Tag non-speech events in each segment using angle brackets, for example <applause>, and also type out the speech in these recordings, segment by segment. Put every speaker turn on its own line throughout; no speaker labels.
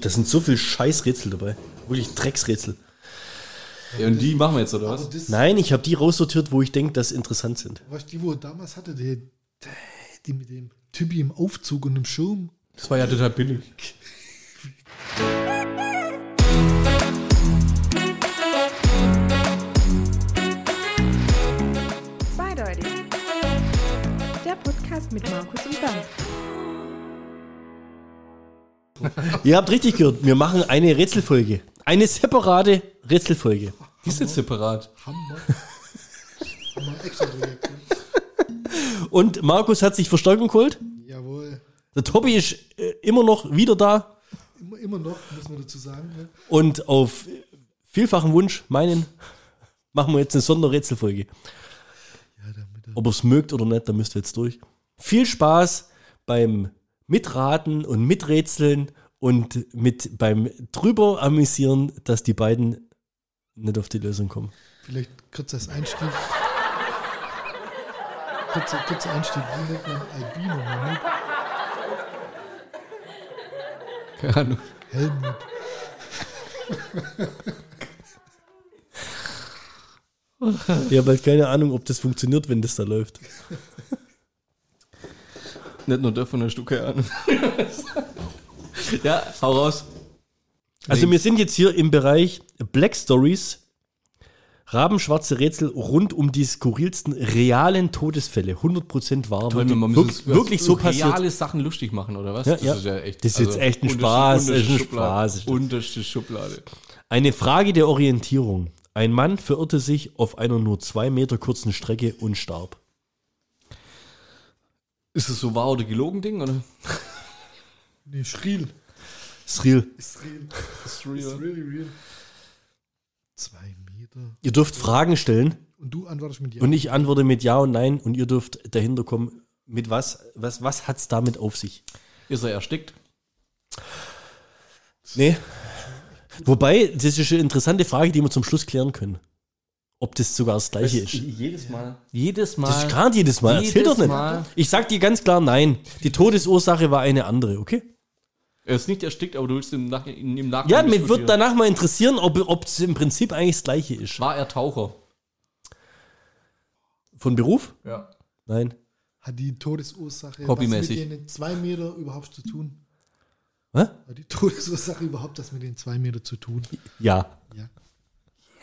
Das sind so viel Scheißrätsel dabei. Wirklich Drecksrätsel.
Ja, und die machen wir jetzt, oder was?
das,
Nein, ich habe die raussortiert, wo ich denke, dass sie interessant sind.
was ich die, wo er damals hatte, die, die mit dem Typi im Aufzug und im Schirm.
Das war ja total billig.
Zweideutig. Der Podcast mit Markus und Bernd.
Ihr habt richtig gehört, wir machen eine Rätselfolge. Eine separate Rätselfolge.
Die sind separat.
<laughs> Hammer. Hammer extra Projekt. ne?
Und Markus hat sich Verstärkung geholt.
Jawohl.
Der Tobi ist äh, immer noch wieder da.
Immer, immer noch, muss man dazu sagen. Ne?
Und auf vielfachen Wunsch, meinen, machen wir jetzt eine Sonderrätselfolge.
Ja, damit er
Ob ihr es mögt oder nicht, da müsst ihr jetzt durch. Viel Spaß beim Mitraten und Miträtseln und mit beim drüber amüsieren, dass die beiden nicht auf die Lösung kommen.
vielleicht kurz als Einstieg. Kurzer, kurzer Einstieg, wie nennt man Albino? ne? Mann?
Keine Ahnung.
Helmut.
Ich habe halt keine Ahnung, ob das funktioniert, wenn das da läuft.
Nicht nur davon hast du keine Ahnung. <laughs> ja, hau raus.
Also wir sind jetzt hier im Bereich Black Stories, rabenschwarze Rätsel rund um die skurrilsten realen Todesfälle. 100% wahr.
Toll, man muss
wirklich,
jetzt-
wirklich so
reale
passiert.
Reale Sachen lustig machen, oder was?
Ja, ja. Das ist jetzt echt ein Spaß,
also unterste- unterste
ist ein
Schublade.
Spaß.
Unterste Schublade.
Eine Frage der Orientierung. Ein Mann verirrte sich auf einer nur zwei Meter kurzen Strecke und starb.
Ist es so wahr oder gelogen Ding, oder?
Nee, Schriel.
Ist real.
Ist real.
Ist
Ist really real. Zwei Meter.
Ihr dürft Fragen stellen
Und du antwortest mit ja.
und ich antworte mit Ja und Nein und ihr dürft dahinter kommen, mit was, was, was hat es damit auf sich?
Ist er erstickt?
Nee. Wobei, das ist eine interessante Frage, die wir zum Schluss klären können. Ob das sogar das gleiche ist.
Jedes Mal. Jedes Mal.
Das ist gerade jedes Mal. Erzähl
Jedes
doch nicht.
Mal.
Ich sag dir ganz klar, nein. Die Todesursache war eine andere, okay?
Er ist nicht erstickt, aber du willst im, Nach im Nachhinein.
Ja, mich würde
diskutieren.
danach mal interessieren, ob es im Prinzip eigentlich das gleiche ist.
War er Taucher?
Von Beruf?
Ja.
Nein.
Hat die Todesursache
Hobbymäßig.
was mit den zwei Meter überhaupt zu tun?
Hä?
Hat die Todesursache überhaupt das mit den zwei Meter zu tun?
Ja.
Ja.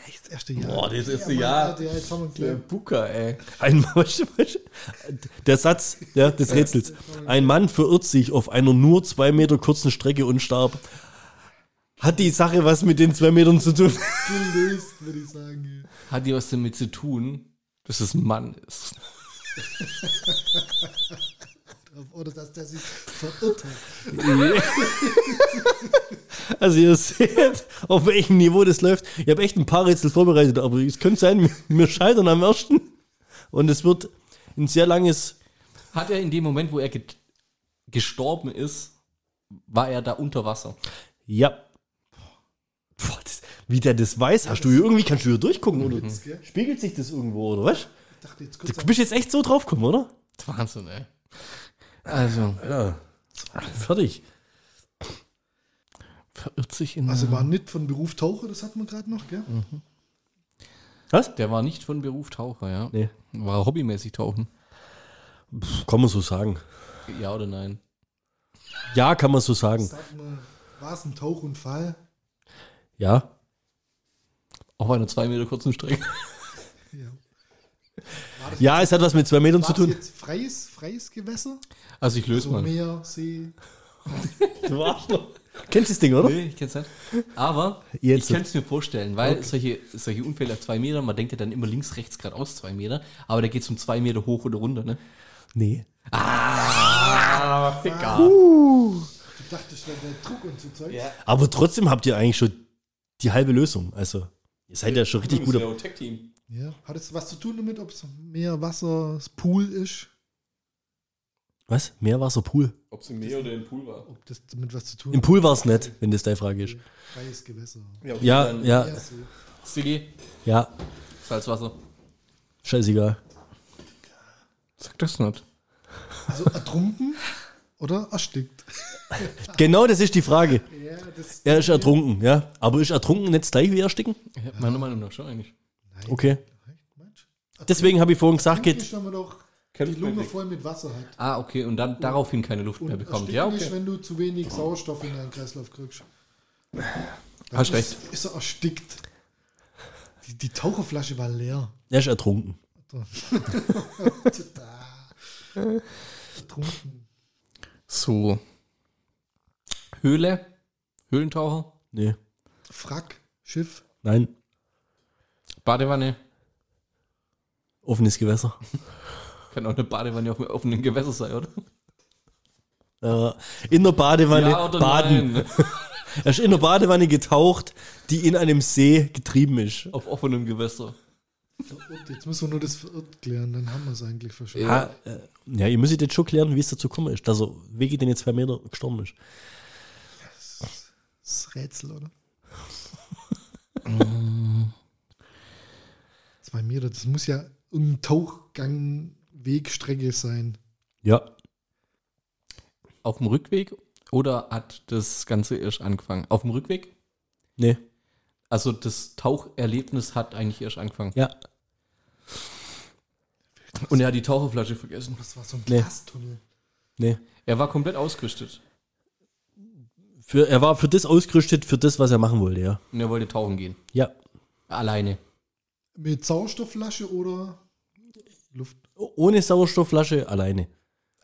Echt das erste Jahr.
Boah, das erste
Mann,
Jahr.
Alter, ja, jetzt haben wir einen
Der
kleinen-
Bucker, ey.
<laughs> Ein Wasch- Wasch- der Satz ja, des Rätsels. Ein Mann verirrt sich auf einer nur zwei Meter kurzen Strecke und starb. Hat die Sache was mit den zwei Metern zu tun? <laughs>
gelöst, würde ich sagen. ja.
Hat die was damit zu tun, dass es ein <laughs> Mann ist?
Oder dass der sich verirrt hat.
Also ihr seht, auf welchem Niveau das läuft. Ich habe echt ein paar Rätsel vorbereitet, aber es könnte sein, wir scheitern am ersten. Und es wird ein sehr langes...
Hat er in dem Moment, wo er ge gestorben ist, war er da unter Wasser?
Ja. Boah, das, wie der das weiß, hast du hier irgendwie, kannst du hier durchgucken, oder?
gell?
Spiegelt sich das irgendwo, oder was?
Ich dachte jetzt kurz,
Du bist jetzt echt so drauf gekommen, oder?
Wahnsinn, ey. Also,
Ja. Fertig.
verirrt sich in.
also war nicht von Beruf Taucher, das hatten wir gerade noch, gell?
Was?
der war nicht von Beruf Taucher, ja?
Nee.
War er hobbymäßig tauchen?
Kann man so sagen.
Ja oder nein?
Ja, kann man so sagen.
Sag mal, war es ein Tauchunfall?
Ja.
Auf einer zwei Meter kurzen Strecke.
Ja.
Ja, es hat was mit zwei Metern
War
zu
es
tun.
jetzt freies, freies Gewässer?
Also, ich löse
So
mal.
Meer, See?
Du Arschloch. <laughs> Kennst das Ding, oder?
Nee, ich kenn's nicht. Aber
Jetzt.
ich kann es mir vorstellen, weil solche, solche Unfälle auf zwei Meter, man denkt ja dann immer links, rechts, geradeaus zwei Meter, aber da geht's um zwei Meter hoch oder runter, ne?
Nee.
Du dachtest, da wäre Druck und so Zeug. Ja.
Aber trotzdem habt ihr eigentlich schon die halbe Lösung. Also, ihr seid ja schon richtig gut. dabei.
Tech-Team.
Hat es was zu tun damit, ob es Meer, Wasser, das Pool ist?
Was? Meerwasserpool?
Ob es im Meer oder im Pool war.
Ob das damit was zu tun
Im Pool war es nicht, wenn das deine Frage ist.
Freies Gewässer.
Ja, ja,
Ja, See.
Siggi,
ja.
Salzwasser.
Scheißegal.
Sag das nicht.
Also ertrunken oder erstickt?
Genau das ist die Frage.
Ja, das,
Er ist ertrunken, ja. Aber ist ertrunken nicht gleich wie ersticken?
Ja, meiner Meinung nach schon eigentlich.
Okay.
Mensch,
Deswegen habe ich vorhin gesagt,
danke,
geht,
wenn man doch
Kann
die
ich mir
Lunge
nicht.
voll mit Wasser hat.
Ah, okay, und dann daraufhin keine Luft mehr bekommt.
ersticken
Ja,
nicht,
okay.
wenn du zu wenig Sauerstoff in deinen Kreislauf kriegst. Dann
Hast
ist, ist er erstickt. Die, die Taucherflasche war leer.
er ist ertrunken.
Tada. Ertrunken.
So. Höhle, Höhlentaucher,
Nee,
Frack, Schiff,
nein,
Badewanne.
offenes Gewässer.
Kann auch eine Badewanne auf dem offenen Gewässer sein, oder?
Äh, in der Badewanne baden.
nein?
Er ist in der Badewanne getaucht, die in einem See getrieben ist.
Auf offenem Gewässer.
verirrt. Jetzt müssen wir nur das verirrt klären, dann haben wir es eigentlich verstanden.
Ja, äh, ja ihr müsst jetzt schon klären, wie es dazu gekommen ist, dass er wegen den zwei Meter gestorben ist.
Das ist Rätsel, <laughs> oder? das war mir, das muss ja ein Tauchgang, Wegstrecke sein.
Ja,
Auf dem Rückweg oder hat das Ganze erst angefangen? Auf dem Rückweg?
nee,
Also das Taucherlebnis hat eigentlich erst angefangen.
ja,
Und er hat die Taucherflasche vergessen.
Das war so ein
Nee.
Glastunnel.
nee.
Er war komplett ausgerüstet.
Für, er war für das ausgerüstet, für das, was er machen wollte, ja.
Und er wollte tauchen gehen.
Ja,
Alleine.
Mit Sauerstoffflasche oder Luft?
O- ohne Sauerstoffflasche alleine.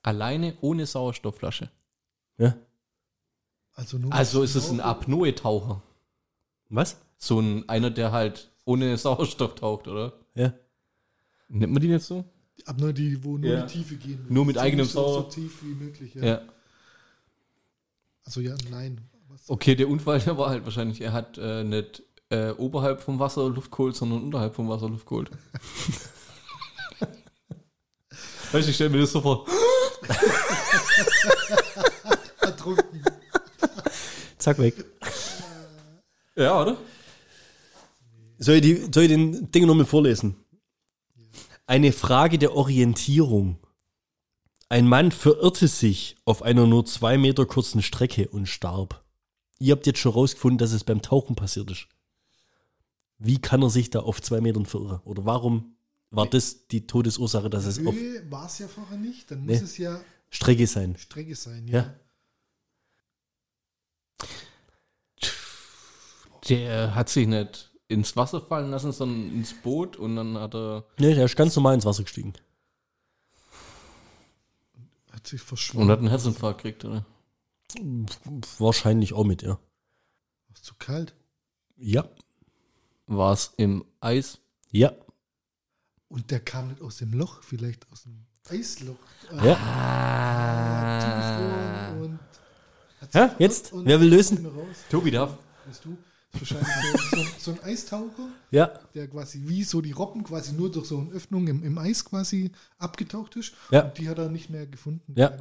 Alleine ohne Sauerstoffflasche.
Ja.
Also, nur
Also ist es ein
Ab.
Apnoe-Taucher.
Was?
So ein einer, der halt ohne Sauerstoff taucht, oder?
Ja.
Nennt man den jetzt so?
Ab, die, wo nur
Ja.
in die Tiefe gehen.
Nur mit
So-
eigenem
so, so
Sauer-
tief wie möglich, ja.
Ja.
Also ja, nein.
<laughs>
Was?
Okay, der Unfall, der war halt wahrscheinlich, er hat äh, nicht äh, oberhalb vom Wasser Luft geholt, sondern unterhalb vom Wasser Luft <laughs> geholt. weißt du, ich stelle mir das so vor.
Ertrunken.
Zack, weg.
Ja, oder?
Soll ich, die, soll ich den Ding nochmal vorlesen? Eine Frage der Orientierung. Ein Mann verirrte sich auf einer nur zwei Meter kurzen Strecke und starb. Ihr habt jetzt schon rausgefunden, dass es beim Tauchen passiert ist. Wie kann er sich da auf zwei Metern verirren? Oder warum war das die Todesursache, dass es auf
Höhe war es ja vorher nicht. Dann
Nee.
muss es ja
Strecke sein?
Strecke sein, ja.
Ja.
Der hat sich nicht ins Wasser fallen lassen, sondern ins Boot und dann hat er.
Nee, der ist ganz normal ins Wasser gestiegen.
Hat sich verschwunden.
Und hat einen Herzinfarkt gekriegt, oder?
Wahrscheinlich auch mit, ja.
War's zu kalt.
Ja,
War es im Eis?
ja,
Und der kam nicht aus dem Loch, vielleicht aus dem Eisloch. Äh,
ja.
zugefroren und hat sich
Hä? Jetzt?
verirrt und
Wer will lösen?
kommt nicht mehr raus.
Tobi darf.
Weißt du? Ist wahrscheinlich so, so, so ein Eistaucher,
Ja,
der quasi wie so die Robben quasi nur durch so eine Öffnung im, im Eis quasi abgetaucht ist.
Ja.
Und die hat er nicht mehr gefunden.
Ja.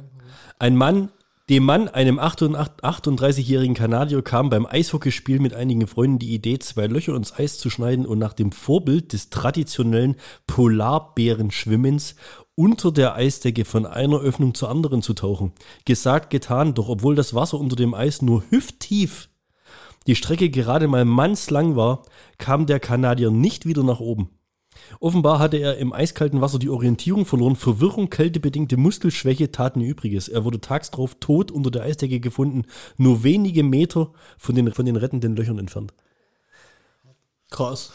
Ein Mann, dem Mann, einem 88 38-jährigen Kanadier, kam beim Eishockeyspiel mit einigen Freunden die Idee, zwei Löcher ins Eis zu schneiden und nach dem Vorbild des traditionellen Polarbärenschwimmens unter der Eisdecke von einer Öffnung zur anderen zu tauchen. Gesagt, getan, doch obwohl das Wasser unter dem Eis nur hüfttief die Strecke gerade mal mannslang war, kam der Kanadier nicht wieder nach oben. Offenbar hatte er im eiskalten Wasser die Orientierung verloren. Verwirrung, kältebedingte Muskelschwäche taten ihr Übriges. Er wurde tags drauf tot unter der Eisdecke gefunden, nur wenige Meter von den, von den rettenden Löchern entfernt.
Krass.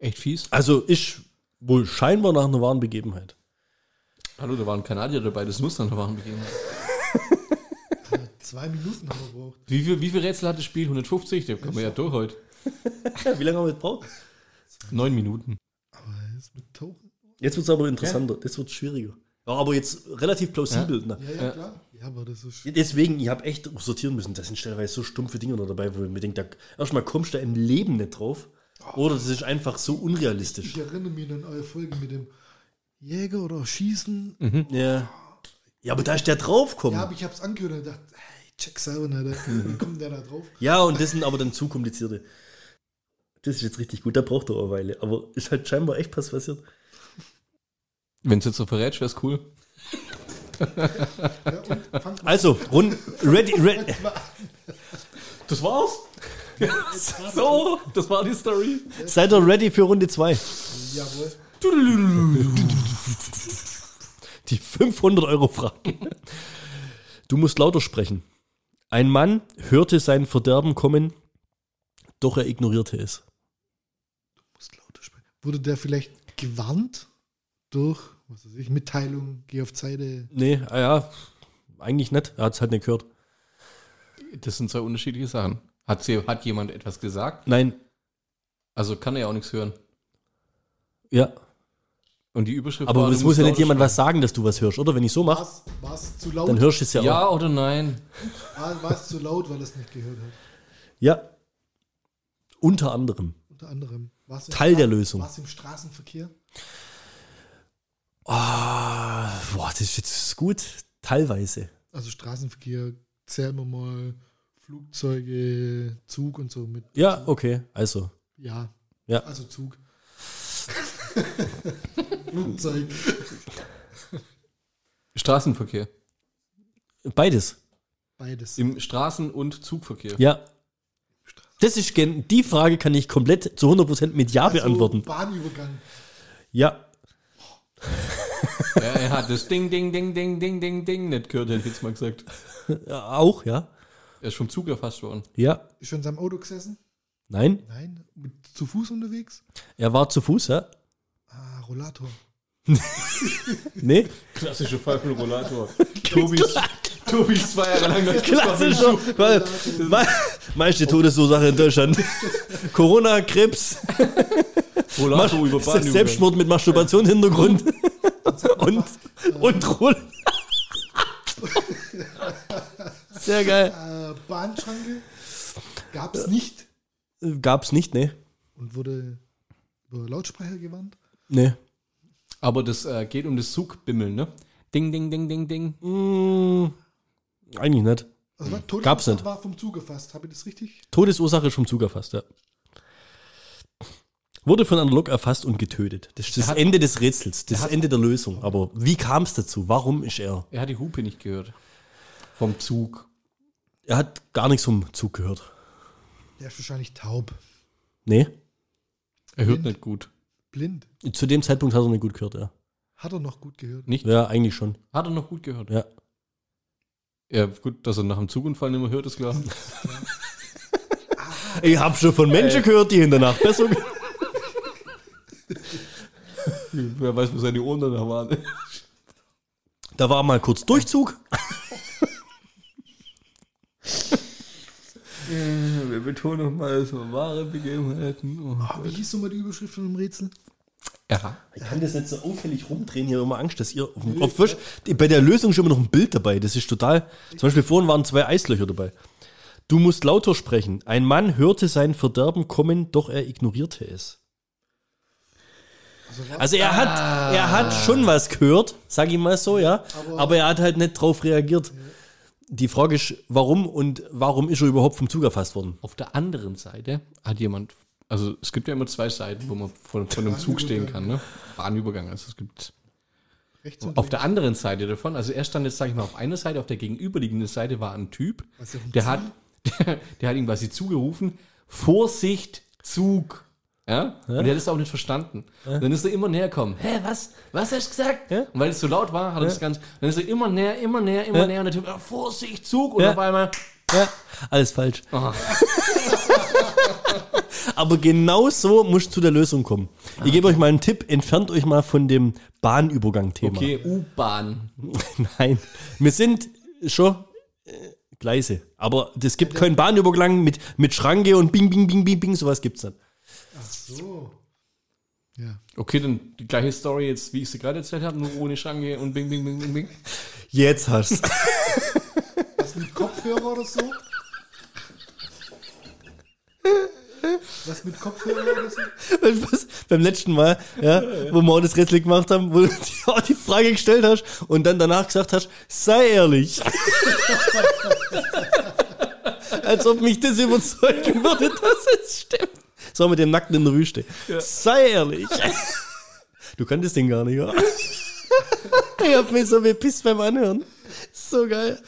Echt fies.
Also ist wohl scheinbar nach einer wahren Begebenheit.
Hallo, da war ein Kanadier dabei, das muss dann eine Warenbegebenheit.
Zwei Minuten haben wir gebraucht.
Wie viel, wie viel Rätsel hat das Spiel? 150? Der kommen wir ja durch heute.
Wie lange haben wir jetzt gebraucht?
Neun Minuten.
Aber jetzt mit Tauchen.
Jetzt wird es aber interessanter, jetzt wird es schwieriger. Ja, aber jetzt relativ plausibel. ne?
Ja, ja, klar. Ja, aber das ist.
Deswegen, ich habe echt sortieren müssen. Das sind stellenweise so stumpfe Dinge da dabei, wo ich mir denke, da- erstmal kommst du da im Leben nicht drauf. Oder das ist einfach so unrealistisch.
Ich erinnere mich an eure Folge mit dem Jäger oder Schießen.
Mhm. Ja. Ja, aber da ist der draufgekommen.
Ja, aber ich hab's angehört und dachte, hey, check selber nicht. ey. Wie kommt der da drauf?
Ja, und das sind aber dann zu komplizierte. Das ist jetzt richtig gut, da braucht er eine Weile. Aber ist halt scheinbar echt was passiert.
Wenn es jetzt so verrätst, wäre es cool.
Ja, und fangt mal
Also, rund, ready, ready.
Das war's. <laughs> so, das war die Story.
Seid ihr ready für Runde 2?
Jawohl.
Die 500 Euro Frage. Du musst lauter sprechen. Ein Mann hörte sein Verderben kommen, doch er ignorierte es.
Muss lauter sprechen. Wurde der vielleicht gewarnt durch, was weiß ich, Mitteilung, geh auf Seite.
Nee, ah ja, eigentlich nicht. Er hat es halt nicht gehört.
Das sind zwei unterschiedliche Sachen. Hat, sie, hat jemand etwas gesagt?
Nein,
Also kann er ja auch nichts hören.
ja.
Und die Überschrift
Aber
war,
es
du
muss ja
musst
nicht
lauter
jemand was sagen, dass du was hörst, oder? Wenn ich so mache,
War es zu laut?
dann hörst du es ja,
sprechen.
auch.
Ja oder nein?
War es zu laut, weil er es nicht gehört hat?
Ja. Unter anderem.
Unter anderem. War's im
Teil
Stra-
der Lösung.
War's im Straßenverkehr?
Ah, boah, das ist jetzt gut. Teilweise.
Also Straßenverkehr zählen wir mal Flugzeuge, Zug und so mit.
Ja, okay. Also,
Ja.
Ja.
Also Zug. <laughs> Flugzeug.
Straßenverkehr.
beides.
Beides.
Im Straßen- und Zugverkehr.
Ja. Das ist gen die Frage kann ich komplett zu 100% mit Ja
Also
beantworten.
Bahnübergang.
Ja.
Ja, er hat das Ding, Ding, Ding, Ding, Ding, Ding, Ding nicht gehört, hätte ich jetzt mal gesagt.
Ja, äh, Auch, ja.
Er ist vom Zug erfasst worden.
Ja.
Ist schon in seinem Auto gesessen?
Nein.
Nein. Mit, zu Fuß unterwegs?
Er war zu Fuß, ja.
Ah, Rollator.
Nee.
Klassische Fall von <laughs> Rollator. Tobis, Tobis zwei Jahre lang das
Klassischer. weil- weil- Meiste Todesursache in Deutschland. Corona, Krebs,
Rollator über
Se-
Bahn.
Selbstmord mit Masturbationshintergrund <laughs> und, und Roll. Sehr geil.
Äh, Bahnschranke gab es nicht
Gab's nicht, ne? nee.
und wurde über Lautsprecher gewarnt.
Nee.
Aber das äh, geht um das Zugbimmeln, ne? Ding, ding, ding, ding, ding.
Mm, eigentlich nicht.
Also war tot
Hm. Gab's nicht.
war vom Zug gefasst. Habe ich das richtig?
Todesursache ist vom Zug erfasst, ja. Wurde von einem Lok erfasst und getötet. Das ist das
hat-
Ende des Rätsels, das
hat-
Ende der Lösung. Aber wie kam es dazu? Warum ist er?
Er hat die Hupe nicht gehört. Vom Zug.
Er hat gar nichts vom Zug gehört. Ne?
Der ist wahrscheinlich taub.
Nee,
Er hört
Wind.
nicht gut.
Blind.
zu dem Zeitpunkt hat er nicht gut gehört, ja.
Hat er noch gut gehört.
Nicht?
Ja, eigentlich schon.
Hat er noch gut gehört?
Ja.
Ja, gut, dass er nach dem Zugunfall nicht mehr hört, ist klar.
Ich habe schon von Menschen gehört, die in der Nacht besser
<laughs> Wer weiß, wo seine Ohren danach waren.
Da war mal kurz Durchzug.
Wir betonen nochmal, dass wir wahre Begebenheiten.
Ah, wie hieß nochmal die Überschrift von dem Rätsel?
Ja.
Ich kann das nicht so auffällig rumdrehen, hier immer Angst, dass ihr auf dem Kopf wischt. Bei der Lösung ist immer noch ein Bild dabei, das ist total. Zum Beispiel vorhin waren zwei Eislöcher dabei. Du musst lauter sprechen. Ein Mann hörte sein Verderben kommen, doch er ignorierte es.
Also war-
Also er hat, er hat schon was gehört, sag ich mal so, ja. Aber,
Aber-
er hat halt nicht drauf reagiert. Die Frage ist, warum und warum ist er überhaupt vom Zug erfasst worden?
Auf der anderen Seite hat jemand, also es gibt ja immer zwei Seiten, wo man von, von einem Zug stehen kann, ne? Bahnübergang. Also es gibt
rechts und
auf der anderen Seite davon, also er stand jetzt, sag ich mal, auf einer Seite, auf der gegenüberliegenden Seite war ein Typ,
Was ja vom
der
Zug-
hat, <laughs> der, hat ihm quasi zugerufen, Vorsicht, Zug. Ja? Und er hat es auch nicht verstanden. Und dann ist er immer näher gekommen. Hä, was? Was hast du gesagt? Und weil es so laut war, hat er das ganz. Dann ist er immer näher, immer näher, immer näher. Und der Typ, ah, Vorsicht, Zug. Und
Ja.
auf einmal.
Ja, <laughs> alles falsch.
Ah.
<laughs> Aber genau so musst du zu der Lösung kommen. Ich gebe euch mal einen Tipp, entfernt euch mal von dem Bahnübergang-Thema.
Okay, U-Bahn.
<laughs> Nein, wir sind schon äh, Gleise, aber es gibt keinen Bahnübergang mit, mit Schranke und bing, bing, bing, bing, bing, sowas gibt's nicht.
Ach
Oh.
so. Ja.
Okay, dann die gleiche Story jetzt, wie ich sie gerade erzählt habe, nur ohne Schranke und bing, bing, bing, bing, bing.
Jetzt hast
Was mit Kopfhörer oder so? Was mit Kopfhörer oder so?
Was, beim letzten Mal, ja, wo wir auch das Rätsel gemacht haben, wo du <laughs> dir auch die Frage gestellt hast und dann danach gesagt hast, sei ehrlich. Als ob mich das überzeugen würde, dass es stimmt. So mit dem Nackten in der Wüste. Sei ehrlich. Du kannst das Ding gar nicht, ja? Ich hab mich so bepisst beim Anhören. So geil.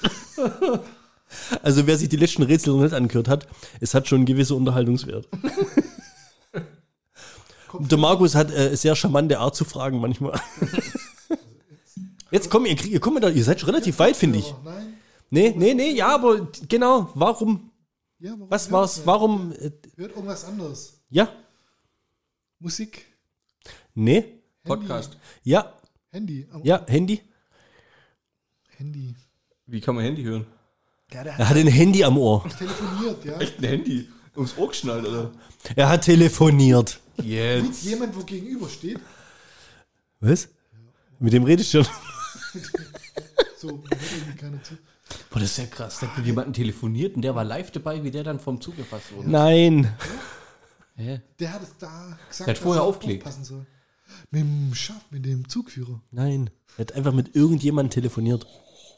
Also wer sich die letzten Rätsel noch nicht angehört hat, es hat schon einen gewissen Unterhaltungswert. Der Markus hat äh, eine sehr charmante Art zu fragen manchmal. Jetzt komm, ihr, krieg- ihr, kommt da, ihr seid schon relativ weit, finde ich.
Oh, nein.
Nee, nee, nee, ja, aber genau, warum?
Ja, warum
Was
hört
war's?
man?
Warum? Äh,
Hört irgendwas anderes.
ja,
Musik,
nee,
Podcast.
ja,
Handy. am
ja, Handy.
Handy.
Wie kann man Handy hören?
Ja, der hat
Er hat ein Handy am Ohr.
telefoniert, ja.
Echt ein Handy? Ums Ohr geschnallt, oder?
Er hat telefoniert.
Jetzt.
Jemand, wo gegenüber steht.
Was? Mit dem redest du schon?
So, da hört irgendwie keiner zu.
Boah, das ist ja krass. Da hat mit jemandem telefoniert und der war live dabei, wie der dann vom Zug gefasst wurde.
Nein.
Hä?
Der hat es da gesagt,
Der hat vorher
er
aufgelegt.
aufpassen soll. Mit dem Schaf, mit dem Zugführer.
Nein, er hat einfach mit irgendjemandem telefoniert.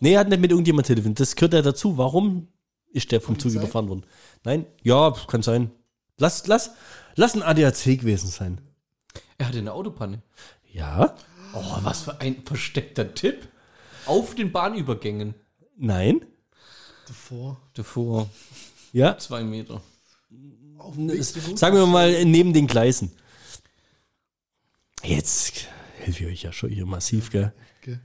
Nee, er hat nicht mit irgendjemandem telefoniert. Das gehört ja dazu. Warum ist der vom Zug
Polizei?
überfahren worden? Nein, ja, kann sein. Lass, lass, lass ein ADAC gewesen sein.
Er hatte eine Autopanne.
Ja,
Oh, was für ein versteckter Tipp. Auf den Bahnübergängen.
nein,
Davor.
Davor
ja.
zwei Meter.
Auf dem Weg zur Not-
Sagen wir mal neben den Gleisen. Jetzt helfe ich euch ja schon hier massiv, gell?
Gell.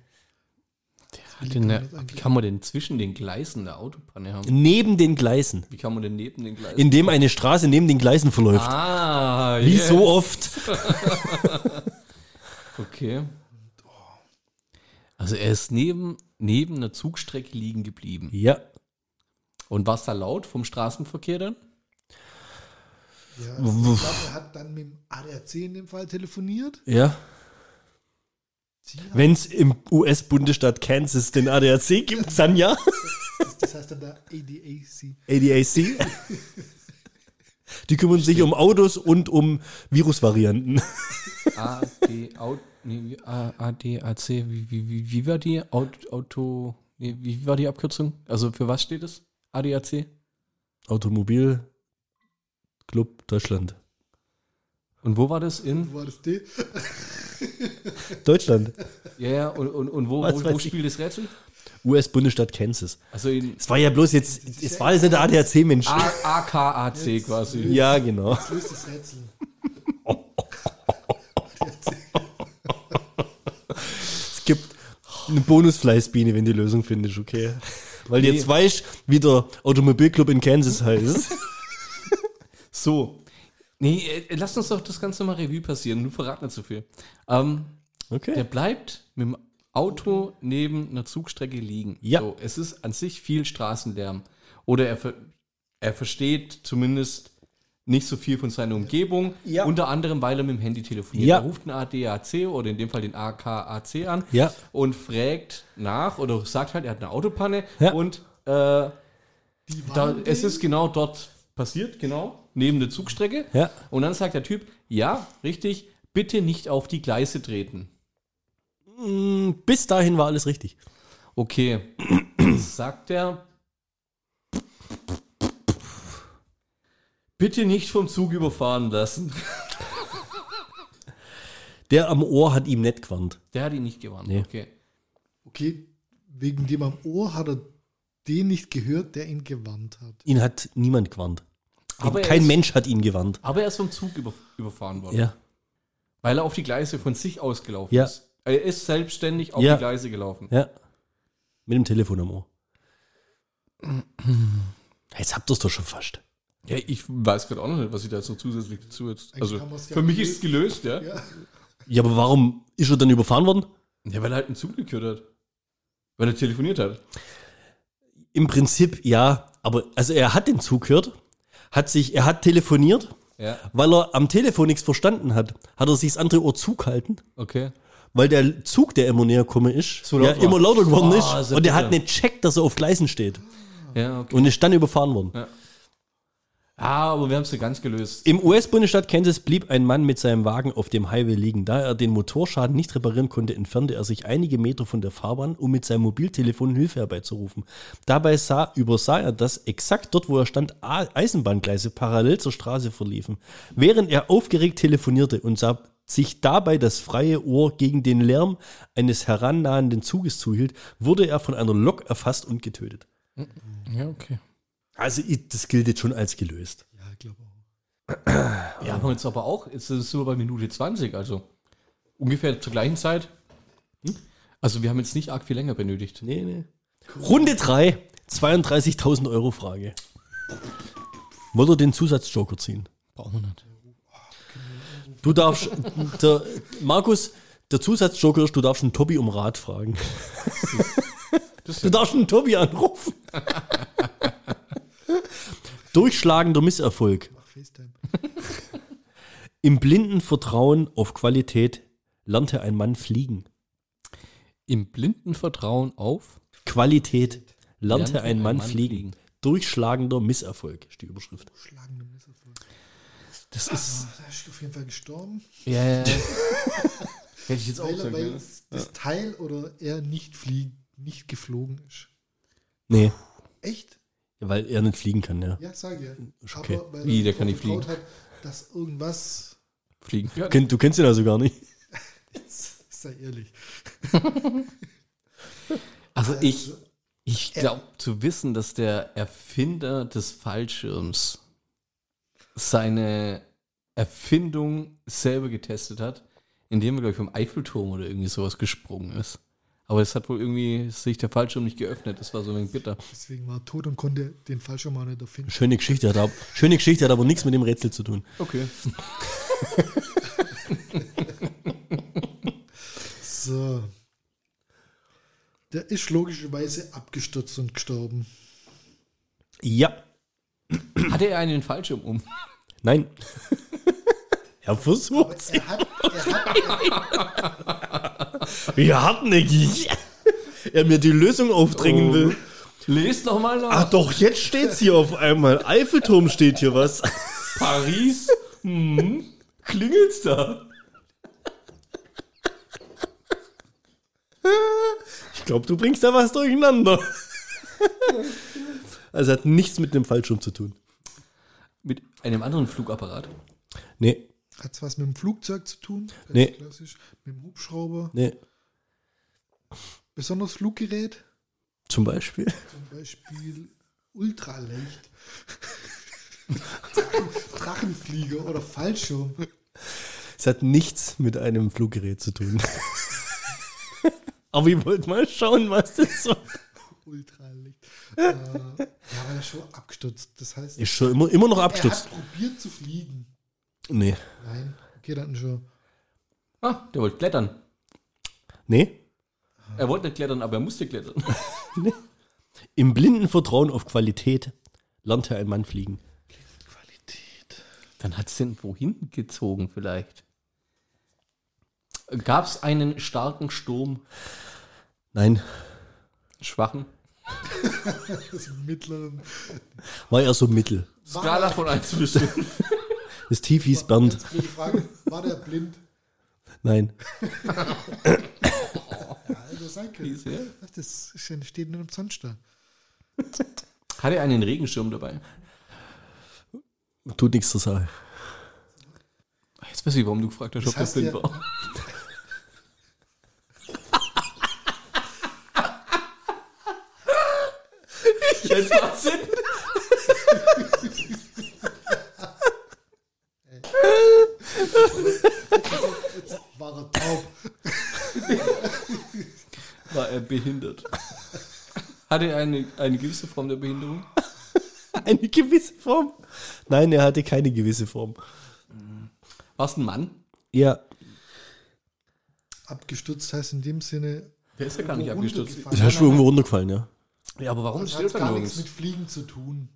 Hatte eine, wie kann man denn zwischen den Gleisen eine Autopanne haben?
Neben den Gleisen.
Wie kann man denn neben den Gleisen?
Indem eine Straße neben den Gleisen verläuft.
ah,
Wie
yes.
so oft.
Okay. Also er ist neben, neben einer Zugstrecke liegen geblieben.
Ja.
Und war es da laut vom Straßenverkehr dann?
Ja, also ich glaube, er hat dann mit dem ADAC in dem Fall telefoniert.
Ja.
Sie haben-
Wenn es im US-Bundesstaat Kansas den ADAC gibt, dann ja.
Das heißt dann da ADAC.
ADAC. Die kümmern sich um Autos und um Virusvarianten.
A, D, Au- nee, wie- A, A, D, A, C, wie, wie, wie, wie war die Aut- Auto, nee, wie war die Abkürzung? Also für was steht es? ADAC?
Automobil Club Deutschland.
Und wo war das in?
Wo war das D?
Deutschland.
Ja, ja, und, und, und wo,
Was
wo,
weiß
wo
ich.
spielt das Rätsel?
US-Bundesstaat Kansas.
Also in
Es war ja bloß jetzt, es war jetzt nicht der ADAC-Mensch.
A, AKAC quasi.
Ja, genau.
Löst das Rätsel.
Es gibt eine Bonusfleißbiene, wenn du die Lösung findest, okay? Weil du jetzt weißt, wie der Automobilclub in Kansas heißt.
So. Nee, äh, lass uns doch das Ganze mal Revue passieren. Du verrat nicht zu viel. Ähm, Der
Okay.
bleibt mit dem Auto neben einer Zugstrecke liegen.
Ja.
So, es ist an sich viel Straßenlärm. Oder er, ver er versteht zumindest nicht so viel von seiner Umgebung.
Ja.
Unter anderem, weil er mit dem Handy telefoniert.
Ja.
Er ruft einen ADAC oder in dem Fall den AKAC an
Ja.
und fragt nach oder sagt halt, er hat eine Autopanne
Ja.
und äh,
Die
da,
waren
es ist genau dort passiert, genau, neben der Zugstrecke.
Ja.
Und dann sagt der Typ, ja, richtig, bitte nicht auf die Gleise treten.
Mm, Bis dahin war alles richtig.
Okay, sagt er. Bitte nicht vom Zug überfahren lassen.
Der am Ohr hat ihm nicht gewarnt.
Der hat ihn nicht gewarnt.
Nee.
Okay.
Okay, wegen dem am Ohr hat er den nicht gehört, der ihn gewarnt hat.
Ihn hat niemand gewarnt.
Aber er
Kein
ist-
Mensch hat ihn gewarnt.
Aber er ist vom Zug über, überfahren worden,
Ja.
weil er auf die Gleise von sich aus gelaufen
Ja.
ist. Er ist selbstständig auf
Ja.
die Gleise gelaufen.
Ja. Mit dem Telefon am Ohr.
<clears throat>
Jetzt habt ihr es doch schon fast.
Ja, ich weiß gerade auch noch nicht, was ich da jetzt noch zusätzlich dazu jetzt.
Eigentlich
Also
haben wir's ja
für mich ist es gelöst, ja? ja.
Ja,
Ja, aber warum ist er dann überfahren worden?
weil er halt einen Zug gekürt hat. Weil er telefoniert hat.
Im Prinzip ja, aber also er hat den Zug gehört, hat sich, er hat telefoniert,
Ja,
weil er am Telefon nichts verstanden hat, hat er sich das andere Ohr zugehalten,
okay.
weil der Zug, der immer näher gekommen ist,
So
ja,
laut war.
immer lauter geworden
Ah,
ist
ist ja
und er hat
bitter.
nicht checkt, dass er auf Gleisen steht
Ja, okay.
und ist dann überfahren worden.
Ah, aber wir haben es ja ganz gelöst.
Im US-Bundesstaat Kansas blieb ein Mann mit seinem Wagen auf dem Highway liegen. Da er den Motorschaden nicht reparieren konnte, entfernte er sich einige Meter von der Fahrbahn, um mit seinem Mobiltelefon Hilfe herbeizurufen. Dabei sah, übersah er, dass exakt dort, wo er stand, A- Eisenbahngleise parallel zur Straße verliefen. Während er aufgeregt telefonierte und sah sich dabei das freie Ohr gegen den Lärm eines herannahenden Zuges zuhielt, wurde er von einer Lok erfasst und getötet.
Ja, okay.
Also ich- das gilt jetzt schon als gelöst.
Ja, ich glaube auch.
Ja, haben wir jetzt aber auch, jetzt sind wir bei Minute 20, also ungefähr zur gleichen Zeit. Hm? Also wir haben jetzt nicht arg viel länger benötigt.
Nee, nee. Runde 3, 32.000 Euro Frage. Wollt ihr den Zusatzjoker ziehen?
Brauchen wir nicht.
Du darfst, der, Markus, der Zusatzjoker ist, du darfst einen Tobi um Rat fragen. Du darfst einen Tobi anrufen. Durchschlagender Misserfolg.
Mach FaceTime.
Im blinden Vertrauen auf Qualität lernte ein Mann fliegen.
Im blinden Vertrauen auf.
Qualität lernte ein Mann fliegen. Durchschlagender Misserfolg ist die Überschrift.
Schlagende Misserfolg.
Das ist.
Ah, da ist auf jeden Fall gestorben.
Ja, ja. ja. <laughs> Hätte ich jetzt auch
Weil, er-
sagen
weil
können.
das Teil oder er nicht fliegen, nicht geflogen ist.
Nee,
Echt?
weil er nicht fliegen kann, ja.
Ja, sag ja.
Ist okay.
weil er
Wie, der
darauf
kann nicht
vertraut
fliegen.
Hat, dass irgendwas,
Fliegen. Ja,
Ken- Du kennst ihn also gar nicht.
sei ehrlich.
Also ich, ich glaube zu wissen, dass der Erfinder des Fallschirms seine Erfindung selber getestet hat, indem er, glaube ich, vom Eiffelturm oder irgendwie sowas gesprungen ist. Aber es hat wohl irgendwie sich der Fallschirm nicht geöffnet. Das war so ein wenig bitter.
Deswegen war er tot und konnte den Fallschirm auch nicht erfinden.
Schöne Geschichte, hat aber, schöne Geschichte hat aber nichts mit dem Rätsel zu tun.
Okay.
<laughs> So. Der ist logischerweise abgestürzt und gestorben.
Ja,
Hatte er einen Fallschirm um?
nein. <laughs> Er
Aber
versucht's.
er hat, er
<laughs>
hat,
Ja, hartnäckig. Er mir die Lösung aufdrängen will.
Lest noch mal nach.
Oh. Ach doch, jetzt steht's hier auf einmal. Eiffelturm steht hier was.
Paris? Hm. Klingelt's da?
Ich glaube, du bringst da was durcheinander. Also hat nichts mit einem Fallschirm zu tun.
Mit einem anderen Flugapparat.
Nee,
hat's was mit dem Flugzeug zu tun? Ganz
Nee.
Klassisch. Mit dem Hubschrauber?
nee.
Besonders Fluggerät?
Zum Beispiel.
Zum Beispiel ultraleicht. Drachenflieger oder Fallschirm.
Es hat nichts mit einem Fluggerät zu tun. Aber ich wollte mal schauen, was das so
Ultralicht. äh, ja, aber er ist schon abgestürzt. Das heißt,
ist. Schon immer, immer noch
er
abstürzt.
hat probiert zu fliegen.
Nee.
Nein, okay, dann schon.
Ah, der wollte klettern.
Nee?
Er wollte nicht klettern, aber er musste klettern.
Im blinden Vertrauen auf Qualität lernte ein Mann fliegen.
Qualität.
Dann hat es den wohin gezogen vielleicht. Gab es einen starken Sturm,
Nein,
schwachen?
Das mittlere.
war er so mittel.
Skala von 1 bis 5.
Das Tief hieß Bernd.
Jetzt bin ich fragen, war der blind?
Nein.
Alter, danke. Das ist ja- steht nur im Sonnenstand.
Hat er einen Regenschirm dabei?
Tut nichts zur Sache.
Jetzt weiß ich, warum du gefragt hast, ob
Das
das blind
heißt ja-
war. Jetzt macht Sinn.
War er taub?
War er behindert? Hatte er eine, eine gewisse Form der Behinderung?
<laughs> Eine gewisse Form? Nein, er hatte keine gewisse Form.
War es ein Mann?
Ja,
Abgestürzt heißt in dem Sinne.
Der ist ja gar nicht abgestürzt.
das hast du irgendwo runtergefallen, ja?
Ja, aber warum
Das hat gar nichts mit Fliegen zu tun,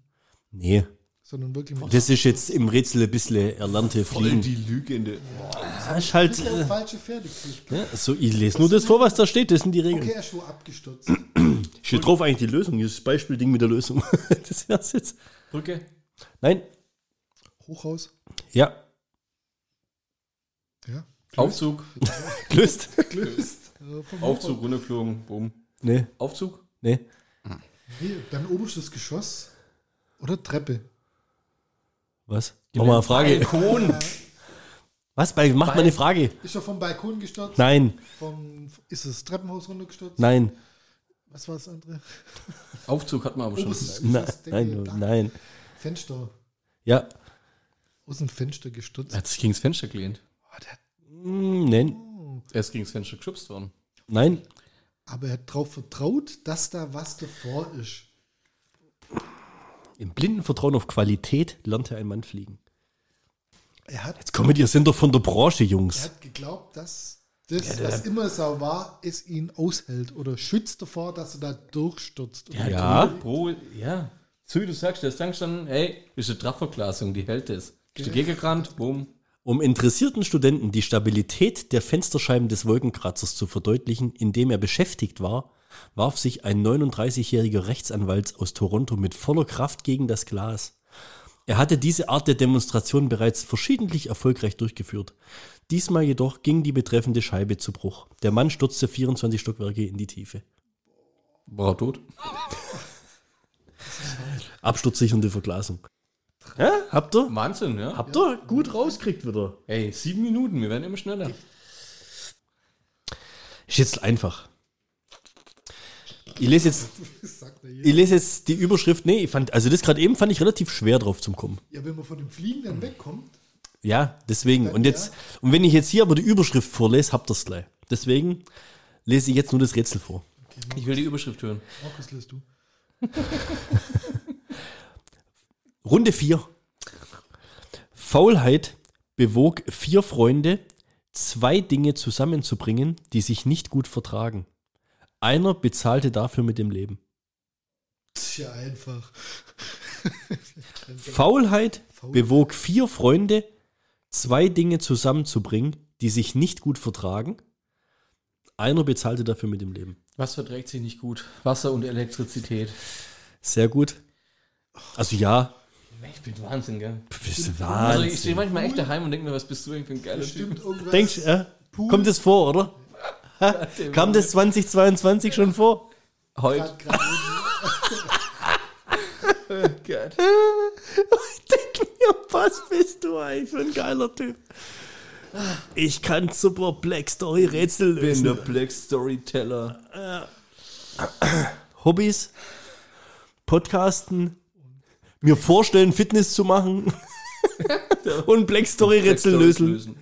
Nee.
sondern wirklich mit.
Das ist jetzt im Rätsel ein bisschen erlernte
Voll
Fliegen.
die Lügende.
Das ist halt,
Das ist
äh,
eine falsche Fertigkeit.
ja, so, ich lese nur das vor, was da steht. Das sind die Regeln.
Okay, er ist schon abgestürzt.
Steht drauf eigentlich die Lösung. Das Beispielding mit der Lösung. <laughs> Das wär's jetzt.
Brücke?
Nein,
Hochhaus.
ja,
Ja.
Aufzug?
gelöst.
Gelöst. Äh, vom
Aufzug runtergeflogen. Boom.
<laughs> Nee,
Aufzug?
nee.
Hochhaus. Nee, dann oberstes Geschoss oder Treppe.
Was? Nochmal eine Frage.
Balkon.
Was? Bei, macht man eine Frage.
Ist er vom Balkon gestürzt?
Nein,
Vom, ist das Treppenhaus runtergestürzt?
nein,
Was war das andere?
Aufzug hat man aber schon.
Oberst-
nein,
Deckel,
nein,
Dach,
nein.
Fenster.
Ja,
Aus dem Fenster gestürzt.
Er hat sich gegen das Fenster gelehnt.
Oh, der, hat-
Mm, nein,
Er ist gegen das Fenster geschubst worden.
nein.
aber er hat darauf vertraut, dass da was davor ist.
Im blinden Vertrauen auf Qualität lernte ein Mann fliegen.
Er hat,
Jetzt kommt, ihr sind doch von der Branche,
er
Jungs.
hat geglaubt, dass das, was immer sau war, es ihn aushält oder schützt davor, dass er da durchstürzt.
Ja,
Pro, ja. So wie du sagst, der ist dann gestanden, hey, ist eine Trafferglasung, die hält es. Ist dagegen gerannt, boom.
Um interessierten Studenten die Stabilität der Fensterscheiben des Wolkenkratzers zu verdeutlichen, indem er beschäftigt war, warf sich ein 39-jähriger Rechtsanwalt aus Toronto mit voller Kraft gegen das Glas. Er hatte diese Art der Demonstration bereits verschiedentlich erfolgreich durchgeführt. Diesmal jedoch ging die betreffende Scheibe zu Bruch. Der Mann stürzte 24 Stockwerke in die Tiefe.
War er tot?
Absturzsichernde Verglasung. Ja, habt ihr?
Wahnsinn, ja.
Habt ihr gut rauskriegt wieder.
Ey, sieben Minuten, wir werden immer schneller.
Ist jetzt einfach. Ich lese jetzt,
Das <laughs> sagt er
ich
hier.
lese jetzt die Überschrift. Nee, ich fand, also das gerade eben fand ich relativ schwer drauf zum Kommen.
Ja, wenn man von dem Fliegen dann wegkommt,
Ja, deswegen. Und jetzt, und wenn ich jetzt hier aber die Überschrift vorlese, habt ihr es gleich. Deswegen lese ich jetzt nur das Rätsel vor.
Ich will die Überschrift hören.
Markus, lässt du.
Runde 4. Faulheit bewog vier Freunde, zwei Dinge zusammenzubringen, die sich nicht gut vertragen. Einer bezahlte dafür mit dem Leben.
Tja, einfach.
Faulheit
Faul-
bewog vier Freunde, zwei Dinge zusammenzubringen, die sich nicht gut vertragen. Einer bezahlte dafür mit dem Leben.
Was verträgt sich nicht gut? Wasser und Elektrizität.
Sehr gut. Also ja,
Ich bin Wahnsinn, gell?
das ist
Also ich
Wahnsinn.
stehe manchmal echt daheim und denke mir, was bist du eigentlich für ein geiler Typ?
Stimmt irgendwas.
Denkst, äh,
Pool.
kommt das vor,
<laughs>
oder? Ha, Kam das 2022 schon vor? <laughs>
Heute.
Grad- grad eben.
Gott.
Ich denke mir, was bist du eigentlich für ein geiler Typ? Ich kann super Black Story Rätsel
bin der
lösen.
Black Storyteller.
Hobbys, Podcasten, mir vorstellen, Fitness zu
<laughs>
machen und Black Story Rätsel
Black Stories
lösen.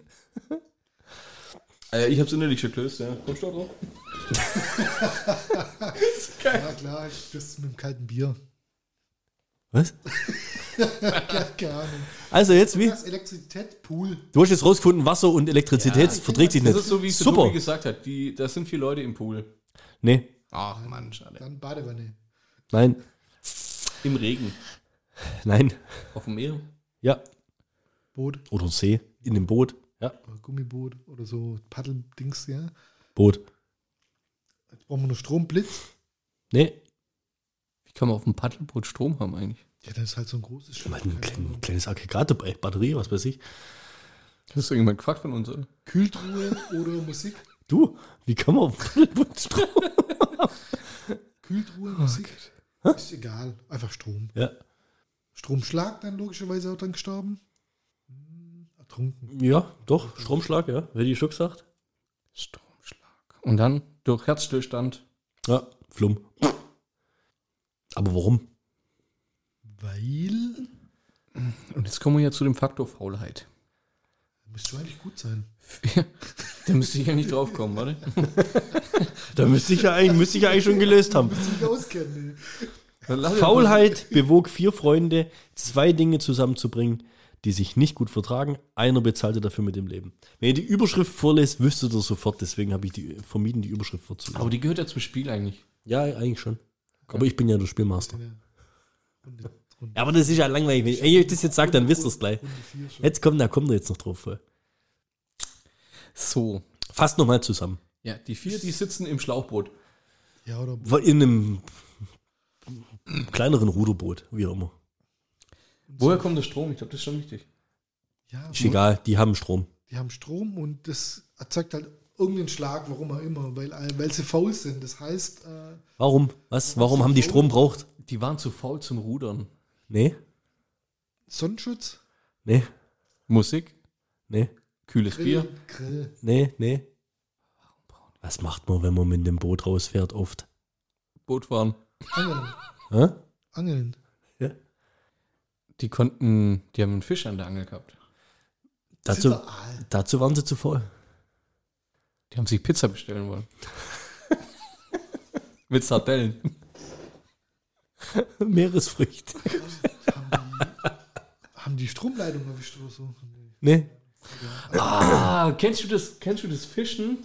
Ah ja, ich hab's innerlich schon gelöst, ja. Kommst du da drauf?
Ja, klar, das mit dem kalten Bier.
Was?
Keine Ahnung.
Also jetzt wie?
Das Elektrizität, Pool.
Du hast jetzt rausgefunden, Wasser und Elektrizität verträgt sich
Das
nicht.
ist so, wie es der
Super.
Tobi gesagt hat. Die, da sind vier Leute im Pool.
Nee,
Ach Mann, schade.
Dann Badewanne.
nein,
Im Regen.
nein.
Auf dem Meer.
Ja.
Boot.
Oder See, in dem Boot. Ja.
oder Gummiboot oder so. Paddeldings, ja.
Boot.
Jetzt brauchen wir noch Stromblitz.
Nee.
Wie kann man auf dem Paddelboot Strom haben eigentlich?
Ja, das ist halt so ein großes Schiff.
Mal ein klein- ein kleines Aggregat dabei, Batterie, was weiß ich.
Hast du irgendwann gefragt von uns, oder?
Kühltruhe oder Musik.
Du, wie kann man auf Paddelboot Strom?
Kühltruhe, Musik. Ist egal. Einfach Strom.
Ja.
Stromschlag dann logischerweise auch dann gestorben. Hm, Ertrunken.
ja, doch, Stromschlag, ja, hätte ich schon gesagt.
Stromschlag. Und dann durch Herzstillstand.
Ja, Flumm. Aber warum?
Weil.
Und jetzt kommen wir ja zu dem Faktor Faulheit.
Müsste schon eigentlich gut sein.
da müsste ich ja nicht drauf kommen, warte.
Da müsste ich ja eigentlich, müsste ich ja eigentlich schon gelöst haben.
Müsste ich auskennen. ey.
Dann lass ich-
Faulheit bewog vier Freunde, zwei Dinge zusammenzubringen, die sich nicht gut vertragen. Einer bezahlte dafür mit dem Leben. Wenn ihr die Überschrift vorlest, wüsstet ihr sofort. Deswegen habe ich die, vermieden, die Überschrift vorzulesen.
Aber die gehört ja zum Spiel eigentlich.
Ja, eigentlich schon. Aber ich bin ja der Spielmaster.
Ja. Runde, Runde,
Ja, aber das ist ja langweilig. Wenn ich euch das jetzt sage, dann wisst ihr es gleich.
Runde vier schon.
Jetzt kommt, da kommt ihr jetzt noch drauf. voll.
So.
Fasst nochmal zusammen.
Ja, die vier, die sitzen im Schlauchboot.
Ja, oder
In einem kleineren Ruderboot, wie auch immer.
Woher kommt der Strom? Ich glaube, das ist schon wichtig.
ja,
Ist egal, die haben Strom.
die haben Strom und das erzeugt halt irgendeinen Schlag, warum auch immer, weil, weil sie faul sind. Das heißt, äh,
Warum? Was? Warum haben die Strom braucht?
Die waren zu faul zum Rudern.
Nee?
Sonnenschutz,
Nee?
Musik?
Nee?
Kühles Bier.
Grill, Grill.
Nee, nee. Was macht man, wenn man mit dem Boot rausfährt oft?
Boot fahren.
Angeln.
Hä?
Angeln.
Die konnten, die haben einen Fisch an der Angel gehabt.
Dazu,
Zitteraal.
dazu waren sie zu voll. <laughs>
Die haben sich Pizza bestellen <laughs> wollen. Mit Sardellen.
Meeresfrüchte.
Haben die Stromleitung erwischt oder so?
Nee.
Ah, kennst du das, kennst du das Fischen?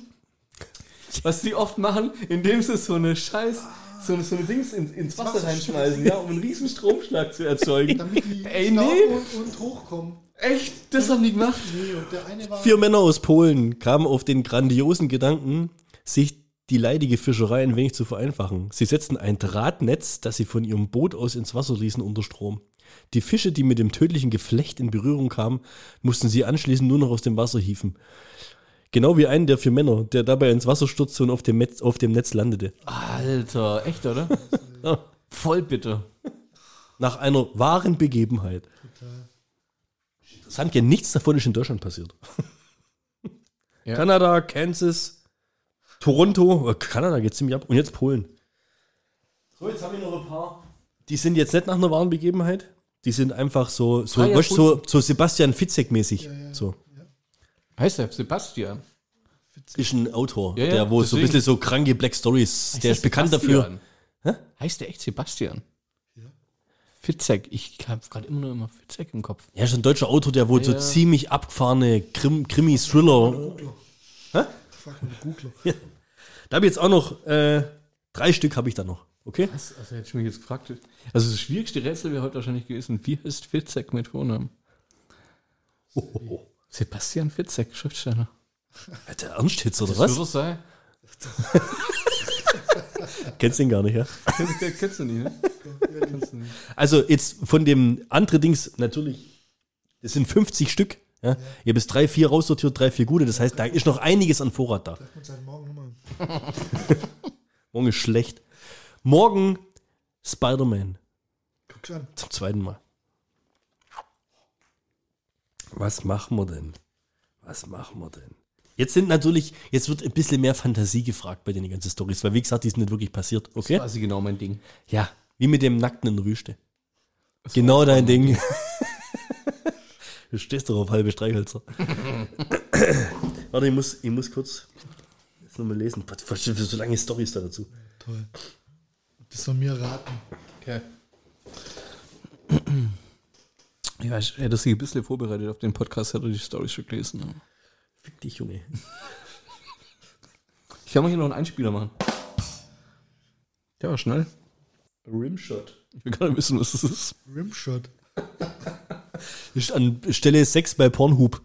Was die oft machen, indem sie so eine Scheiß, so eine, so eine Dings in, ins Wasser
Wasser
reinschmeißen, ja, um einen riesen Stromschlag zu erzeugen.
Damit die
Ey,
Stau-
nee.
und, und hochkommen.
Echt? Das haben die gemacht?
Nee, und der eine war.
Vier Männer aus Polen kamen auf den grandiosen Gedanken, sich die leidige Fischerei ein wenig zu vereinfachen. Sie setzten ein Drahtnetz, das sie von ihrem Boot aus ins Wasser ließen, unter Strom. Die Fische, die mit dem tödlichen Geflecht in Berührung kamen, mussten sie anschließend nur noch aus dem Wasser hieven. Genau wie einen der vier Männer, der dabei ins Wasser stürzte und auf dem, Metz, auf dem Netz landete.
Alter, echt, oder?
Ja.
Voll bitte.
Nach einer wahren Begebenheit. Interessant, ja, nichts davon ist in Deutschland passiert.
Ja.
Kanada, Kansas, Toronto, äh, Kanada geht ziemlich ab und jetzt Polen. So, jetzt habe ich noch ein paar. Die sind jetzt nicht nach einer wahren Begebenheit. Die sind einfach so, so,
Ah, ja,
weißt du, so,
gut.
so Sebastian Fitzek-mäßig. So.
Heißt der Sebastian?
Ist ein Autor,
Ja, ja,
der wo so ein
deswegen.
bisschen so kranke Black Stories, der ist bekannt dafür.
dafür. Heißt der echt Sebastian?
Ja.
Fitzek. Ich habe gerade immer nur immer Fitzek im Kopf.
Ja, ist ein deutscher Autor, der wo so
ja.
ziemlich abgefahrene Krim, Krimi-Thriller.
Googler.
Hä?
Frag mal den Googler.
Da habe ich jetzt auch noch äh, drei Stück habe ich da noch. Okay?
Was? Also hätte ich mich jetzt gefragt. Also das schwierigste Rätsel wäre heute wahrscheinlich gewesen, wie heißt Fitzek mit Vornamen? Sebastian Fitzek, Schriftsteller.
Hat der Ernst jetzt oder was?
Das sei.
Kennst den gar nicht, ja?
Kennst, kennst du nicht, ne? Kennst du nicht.
Also jetzt von dem anderen Dings, natürlich, das sind 50 Stück. Ja? Ihr bis drei, vier raussortiert, drei, vier gute. Das heißt, da ist noch einiges an Vorrat da.
Treffen wir uns halt morgen nochmal.
Morgen ist schlecht. Morgen Spider-Man
Guck schon.
zum zweiten Mal. Was machen wir denn? Was machen wir denn? Jetzt sind natürlich, jetzt wird ein bisschen mehr Fantasie gefragt bei den ganzen Stories, weil wie gesagt, die sind nicht wirklich passiert, okay?
Quasi genau mein Ding.
Ja, wie mit dem Nackten in der Wüste. Genau dein Ding. <laughs> du stehst doch auf halbe
<laughs>
Streichhölzer. Warte, ich muss, ich muss kurz jetzt nochmal lesen. Was was- für so lange Storys da dazu?
Toll. Das soll mir raten.
Okay. Ich weiß, er hat sich ein bisschen vorbereitet auf den Podcast, hat er die Story schon gelesen. ne?
Fick dich, Junge.
Ich kann mal hier noch einen Einspieler machen. Der war schnell. Rimshot. Ich will gerade wissen, was das ist.
Rimshot.
Ist an Stelle 6 bei
<laughs>
Pornhub.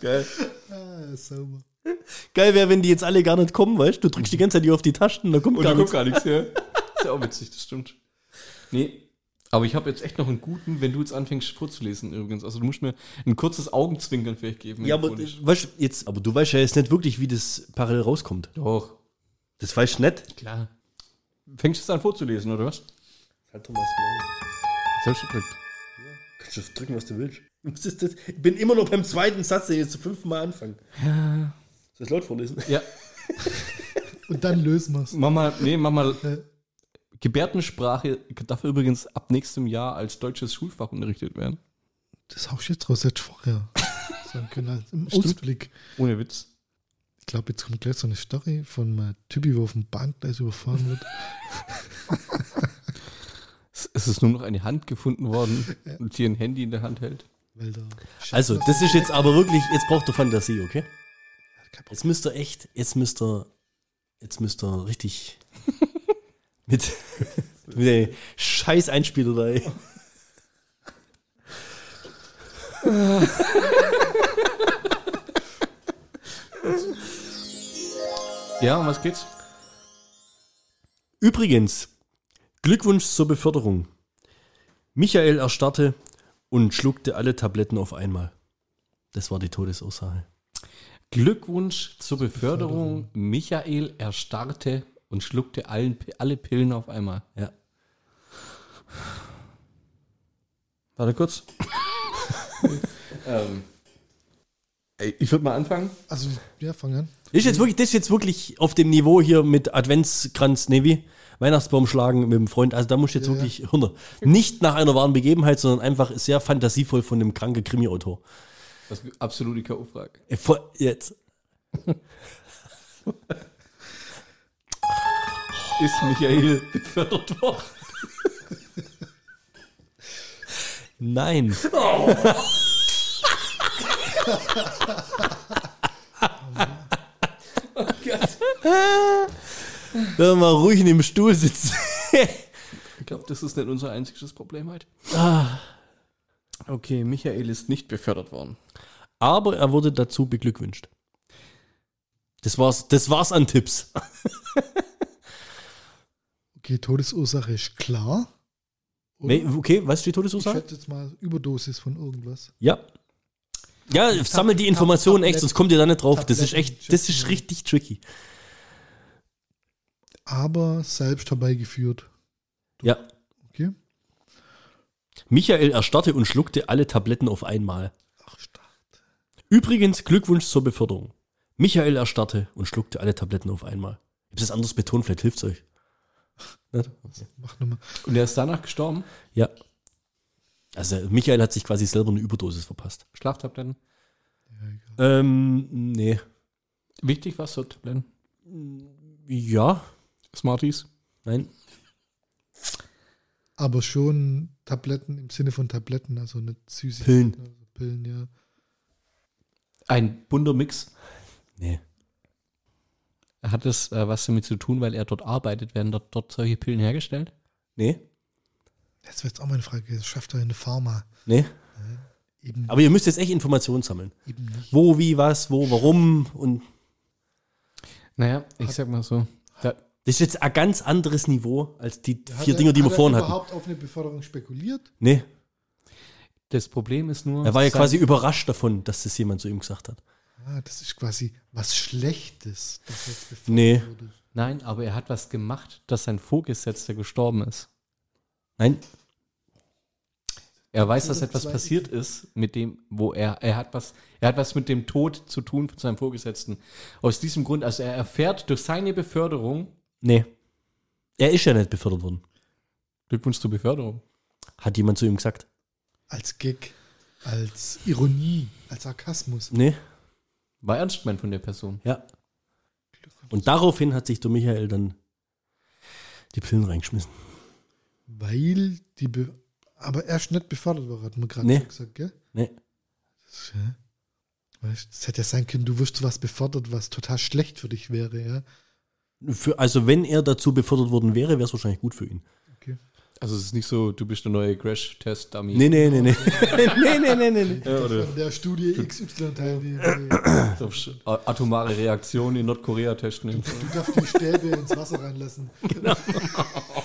Geil.
Ah, sauber.
Geil wäre, wenn die jetzt alle gar nicht kommen, weißt du? Du drückst die ganze Zeit hier auf die Tasten, da kommt
Und
gar
da
nichts.
kommt gar nichts her. <laughs> Ist ja auch witzig, das stimmt. Nee. Aber ich habe jetzt echt noch einen guten, wenn du jetzt anfängst vorzulesen übrigens. Also du musst mir ein kurzes Augenzwinkern vielleicht geben. wenn
Ja,
ich
aber,
vorlese.
weißt, du, jetzt, aber du weißt ja jetzt nicht wirklich, wie das parallel rauskommt.
Doch,
Das weißt du nicht.
klar. Fängst du jetzt an vorzulesen, oder was? Selbst gedrückt.
Halt Kannst du drücken, was du willst. <laughs> Was ist das? Ich bin immer noch beim zweiten Satz, den ich jetzt zum fünften Mal anfange. Soll ich laut vorlesen?
Ja,
Und dann lösen wir's.
mach mal, nee, mach mal.
Äh,
Gebärdensprache darf übrigens ab nächstem Jahr als deutsches Schulfach unterrichtet werden.
Das haust du jetzt raus, jetzt vorher. <laughs> Sagen können als im
Stimmt.
Ausblick.
Ohne Witz.
Ich glaube, jetzt kommt gleich so eine Story von einem Typi, der auf dem Bahngleis überfahren
<laughs>
wird.
Es es ist nur noch eine Hand gefunden <laughs> worden, die ein Handy in der Hand hält.
Weil da
Also, das ist jetzt aber wirklich, jetzt braucht ihr Fantasie, okay?
Kein Problem.
Jetzt müsst ihr echt, jetzt müsst ihr, jetzt müsst ihr richtig mit, <laughs> mit der scheiß Einspielerei.
Ja, um was geht's?
Übrigens, Glückwunsch zur Beförderung. Michael erstarrte und schluckte alle Tabletten auf einmal. Das war die Todesursache.
Glückwunsch zur Beförderung. Michael erstarrte und schluckte allen, alle Pillen auf einmal.
Ja.
Warte kurz. <laughs> Ähm, ey, ich würde mal anfangen.
Also, ja, fang an.
Das ist jetzt wirklich, das ist jetzt wirklich auf dem Niveau hier mit Adventskranz, ne, wie? Weihnachtsbaum schlagen mit dem Freund. Also da muss ich jetzt
Ja, ja.
wirklich Hörner. Nicht nach einer wahren Begebenheit, sondern einfach sehr fantasievoll von einem kranken Krimi-Autor.
Das ist absolute K.O.-Frage.
Äh, voll- Jetzt.
Ist <laughs> Michael befördert worden?
Nein.
Oh.
<laughs> Oh Lass mal ruhig in dem Stuhl sitzen.
Ich glaube, das ist nicht unser einziges Problem heute. Ah. Okay, Michael ist nicht befördert worden.
Aber er wurde dazu beglückwünscht. Das war's, das war's an Tipps.
Okay, Todesursache ist klar. Und
Nee, okay, was ist die
ich
Todesursache?
schätze jetzt mal Überdosis von irgendwas.
Ja. Ja, sammel die
Tab-
Informationen
Tablet-
echt, sonst kommt ihr da nicht drauf. Das ist
Tabletten-
echt, das ist richtig tricky.
Aber selbst herbeigeführt.
Ja.
Okay.
Michael erstarrte und schluckte alle Tabletten auf einmal.
Ach, stark.
Übrigens Glückwunsch zur Beförderung. Michael erstarrte und schluckte alle Tabletten auf einmal. Ich hab's jetzt anders betont, vielleicht hilft's euch. Nicht?
Mach nochmal.
Und er ist danach gestorben?
Ja. Also Michael hat sich quasi selber eine Überdosis verpasst.
Schlaftabletten?
Ja, egal.
Ähm, nee.
Wichtig was für Tabletten?
Ja.
Smarties?
Nein.
Aber schon Tabletten im Sinne von Tabletten, also nicht süße
Pillen.
Also Pillen, ja.
Ein bunter Mix.
Nee.
Hat das äh, was damit zu tun, weil er dort arbeitet? Werden dort, dort solche Pillen hergestellt?
Nee.
Das wäre jetzt auch meine Frage. Das schafft doch eine Pharma.
Nee.
Eben,
Aber ihr müsst jetzt echt Informationen sammeln.
eben nicht.
Wo, wie, was, wo, warum und
Naja, ich sag mal so. Da,
Das ist jetzt ein ganz anderes Niveau als die vier
er-
Dinger, die wir
hat er
vorhin hatten.
überhaupt auf eine Beförderung spekuliert?
Nee,
das Problem ist nur.
er war ja
sein-
quasi überrascht davon, dass das jemand zu ihm gesagt hat.
Ah, das ist quasi was Schlechtes, das jetzt befördert
Nee.
wurde.
Nein, aber er hat was gemacht, dass sein Vorgesetzter gestorben ist.
Nein,
Er weiß,
Das
dass
ist
etwas
zwei-
passiert ist mit dem, wo er, er hat was, er hat was mit dem Tod zu tun von seinem Vorgesetzten. Aus diesem Grund, also er erfährt durch seine Beförderung,
nee. Er ist ja nicht befördert worden.
Glückwunsch zur Beförderung.
Hat jemand zu ihm gesagt?
Als Gag, als Ironie, als Sarkasmus.
Nee,
War ernst gemeint von der Person.
ja. Und daraufhin hat sich der Michael dann die Pillen reingeschmissen.
Weil die. Be aber er ist nicht befördert worden, hat man gerade
Nee.
so gesagt, gell?
Nee.
Das, ja. Weißt, das hätte ja sein können, du wirst zu was befördert, was total schlecht für dich wäre, ja?
Für, also wenn er dazu befördert worden wäre, wäre es wahrscheinlich gut für ihn.
Also es ist nicht so, du bist der neue Crash-Test-Dummy.
Nee, nee, nee, <laughs> nee. nee, nee, nee, nee, nee.
Ja, oder
Von der Studie XY teilnehmen. E.
auf Sch- a- atomare Reaktion in Nordkorea testen.
Du darfst die Stäbe ins Wasser reinlassen. <laughs> Genau.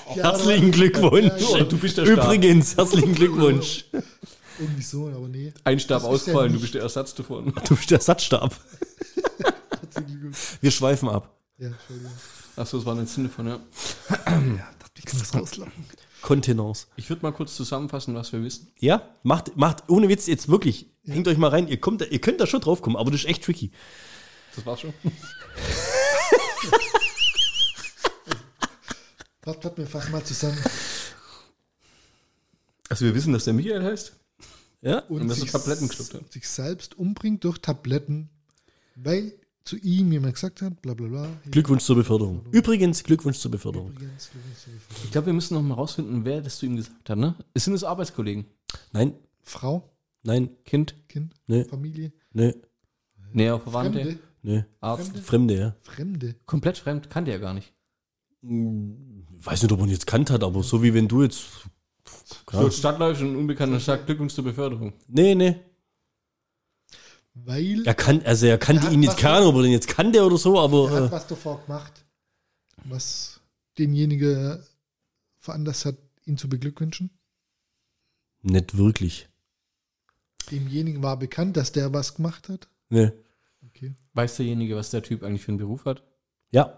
Herzlichen Glückwunsch.
Ja,
du bist der Stab.
Übrigens, herzlichen Glückwunsch.
Irgendwie so, aber nee.
Ein Stab
Das ist ja
ausgefallen, du
nicht-
bist der Ersatz davon.
Du bist der Satzstab.
Herzlichen Glückwunsch.
Wir schweifen ab.
Ja, Entschuldigung.
Achso, das war ein Sinn davon, ja.
Ich kann das rauslappen.
Kontenance.
Ich würde mal kurz zusammenfassen, was wir wissen.
Ja, macht, macht ohne Witz jetzt wirklich. Hängt euch mal rein. Ihr, kommt, da- ihr könnt da schon drauf kommen, aber das ist echt tricky.
Das war's schon.
Warte, warte, wir fassen mal zusammen.
Also wir wissen, dass der Michael heißt.
Ja?
Und dass er
sich-
Tabletten geschluckt hat.
Sich selbst umbringt durch Tabletten, weil zu ihm jemand gesagt hat, bla bla bla.
Glückwunsch zur Beförderung. Übrigens, Glückwunsch zur Beförderung.
Übrigens, Glückwunsch zur Beförderung.
Ich glaube, wir müssen noch mal rausfinden, wer das zu ihm gesagt hat, ne? Es sind es Arbeitskollegen.
Nein,
Frau,
nein,
Kind,
Kind,
Nee.
Familie,
nö,
näher Verwandte,
Fremde,
nö.
Arzt.
Fremde, ja.
Fremde.
Komplett fremd, kannte er gar nicht.
Weiß nicht, ob man jetzt kannt hat, aber so wie wenn du jetzt.
So stadtläufig und unbekannter Stadt, Glückwunsch zur Beförderung.
Nee, nee.
Weil
Er kann, also er kannte
Er hat
ihn jetzt,
was-
keine Ahnung, ob er den jetzt kannte oder so,
er hat
aber. äh,
was davor gemacht, was denjenige veranlasst hat, ihn zu beglückwünschen.
Äh, nicht wirklich.
Demjenigen war bekannt, dass der was gemacht hat.
Nee.
Okay.
Weiß derjenige, was der Typ eigentlich für einen Beruf hat?
Ja,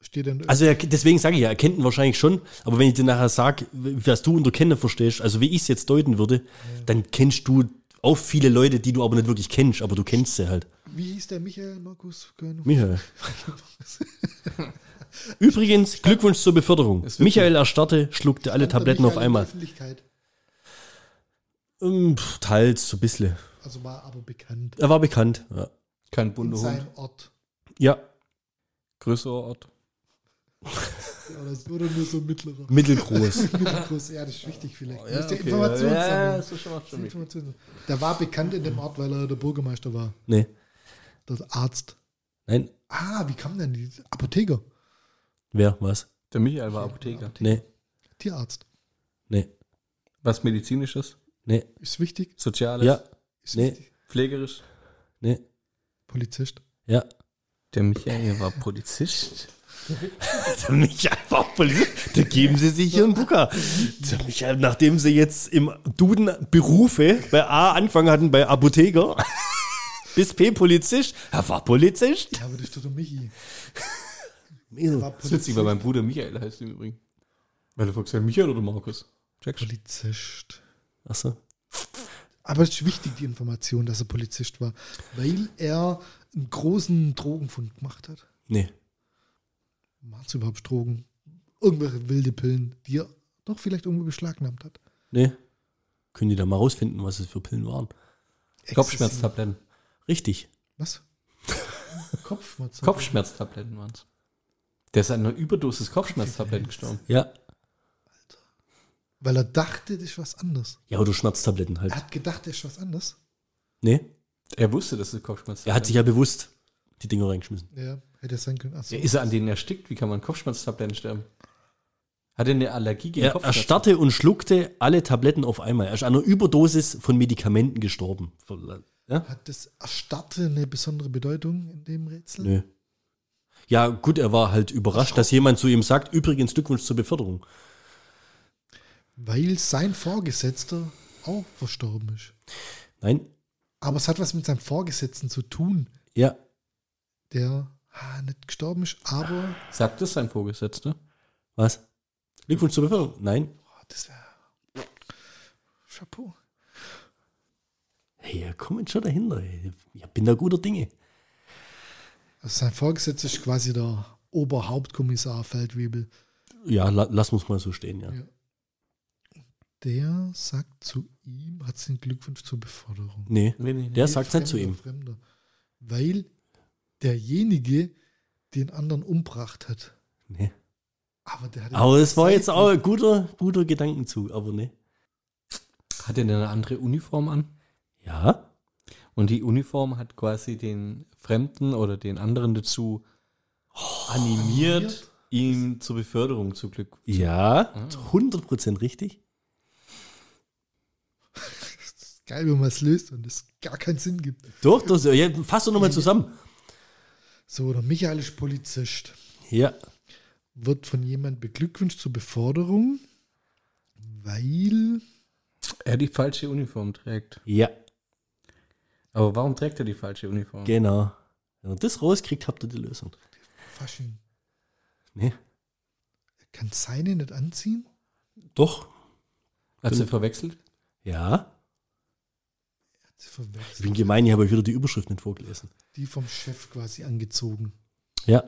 Steht dann
also er, deswegen sage ich ja, er kennt ihn wahrscheinlich schon, aber wenn ich dir nachher sage, was du unter Kennen verstehst, also wie ich es jetzt deuten würde, dann kennst du Auch viele Leute, die du aber nicht wirklich kennst, aber du kennst sie halt.
Wie hieß der Michael Markus Körner?
Michael. <laughs> Übrigens, Glückwunsch zur Beförderung.
Es wird
Michael erstarrte, schluckte alle Tabletten auf einmal.
Öffentlichkeit.
Ähm, pff, teils, so ein bisschen.
Also war aber bekannt.
Er war bekannt. Ja.
Kein
In
bunter Hund.
seinem Ort.
ja.
Größerer Ort.
Ja, das oder nur so mittlerer. <laughs>
Mittelgroß.
Mittelgroß, ja, das ist wichtig vielleicht. Du musst ja,
Oh, okay.
Informationen
Ja,
sammeln.
das ist schon- macht schon Weg.
Informationen. Der war bekannt in dem Ort, weil er der Bürgermeister war.
nee.
Der Arzt.
Nein.
Ah, wie kam denn die? Apotheker.
Wer? Was?
Der Michael war Apotheker.
Nee.
Tierarzt.
Nee.
Was medizinisches,
Nee.
Ist wichtig.
soziales,
Ja.
Ist
Nee.
wichtig.
pflegerisch.
Nee.
Polizist.
Ja.
Der Michael war Polizist.
<laughs> Der Michael war Polizist. Da geben sie sich hier einen Bucker. Der Michael, nachdem sie jetzt im Duden Berufe bei A anfangen hatten, bei Apotheker, <laughs> bis P Polizist, er war Polizist.
Ja, aber das tut doch Michi.
Ja.
War
Das ist witzig, weil mein Bruder Michael heißt im Übrigen. Weil du fragst, ja, Michael oder Markus? Checkst du?
Polizist.
Achso.
Aber es ist wichtig, die Information, dass er Polizist war, weil er einen großen Drogenfund gemacht hat.
Nee.
Machst du überhaupt Drogen? Irgendwelche wilde Pillen, die er doch vielleicht irgendwo beschlagnahmt hat.
Nee. Können die da mal rausfinden, was es für Pillen waren?
Kopfschmerztabletten.
Richtig.
<laughs> Was? Kopfschmerzen.
Kopfschmerztabletten waren es. Der ist an einer Überdosis Kopfschmerztabletten gestorben.
Ja.
Weil er dachte, das ist was anderes.
Ja, oder Schmerztabletten halt.
Er hat gedacht, das ist was anderes.
Nee.
Er wusste, dass es Kopfschmerztabletten
Er hat sich ja bewusst die Dinger reingeschmissen.
Ja, hätte es sein können. Ach so.
Ja, ist er an denen erstickt? Wie kann man Kopfschmerztabletten sterben? Hat er eine Allergie gegen
Er
Kopfschmerzen?
erstarrte und schluckte alle Tabletten auf einmal. Er ist an einer Überdosis von Medikamenten gestorben. Ja?
Hat das Erstarrte eine besondere Bedeutung in dem Rätsel?
Nö. Ja, gut, er war halt überrascht, dass jemand zu ihm sagt, übrigens Glückwunsch zur Beförderung.
Weil sein Vorgesetzter auch verstorben ist.
Nein?
Aber es hat was mit seinem Vorgesetzten zu tun,
Ja.
der ah, nicht gestorben ist, aber
Sagt das sein Vorgesetzter?
Was? Glückwunsch zur Beförderung? Nein.
oh, das wäre Chapeau.
Hey, ihr kommt schon dahinter. ey. Ich bin da guter Dinge.
Also sein Vorgesetzter ist quasi der Oberhauptkommissar Feldwebel.
Ja, la lassen wir es mal so stehen, ja.
Ja. Der sagt zu ihm, hat seinen Glückwunsch zur Beförderung.
Nee.
Nee, nee, nee.
Der sagt's nicht zu ihm.
Fremder, weil derjenige den anderen umbracht hat.
Nee.
Aber der hat
Aber es war jetzt auch
selten-
ein guter, guter Gedankenzug, aber nee.
Hat er denn eine andere Uniform an?
Ja?
Und die Uniform hat quasi den Fremden oder den anderen dazu Oh, animiert,
animiert?
ihm zur Beförderung zu Glück.
Ja. 100% richtig.
Das ist geil, wenn man es löst und es gar keinen Sinn gibt.
Doch, das, ja, fass doch nochmal zusammen.
So, der Michael ist Polizist.
Ja.
Wird von jemand beglückwünscht zur Beförderung, weil
Er die falsche Uniform trägt.
Ja,
Aber warum trägt er die falsche Uniform?
genau. Wenn ihr das rauskriegt, habt ihr die Lösung.
Fasching.
Nee.
Er kann seine nicht anziehen.
Doch.
Hat sie verwechselt?
Ja.
Er hat sie
Ich
verwechselt.
bin gemein, ich habe euch wieder die Überschrift nicht vorgelesen.
Die vom Chef quasi angezogen.
Ja.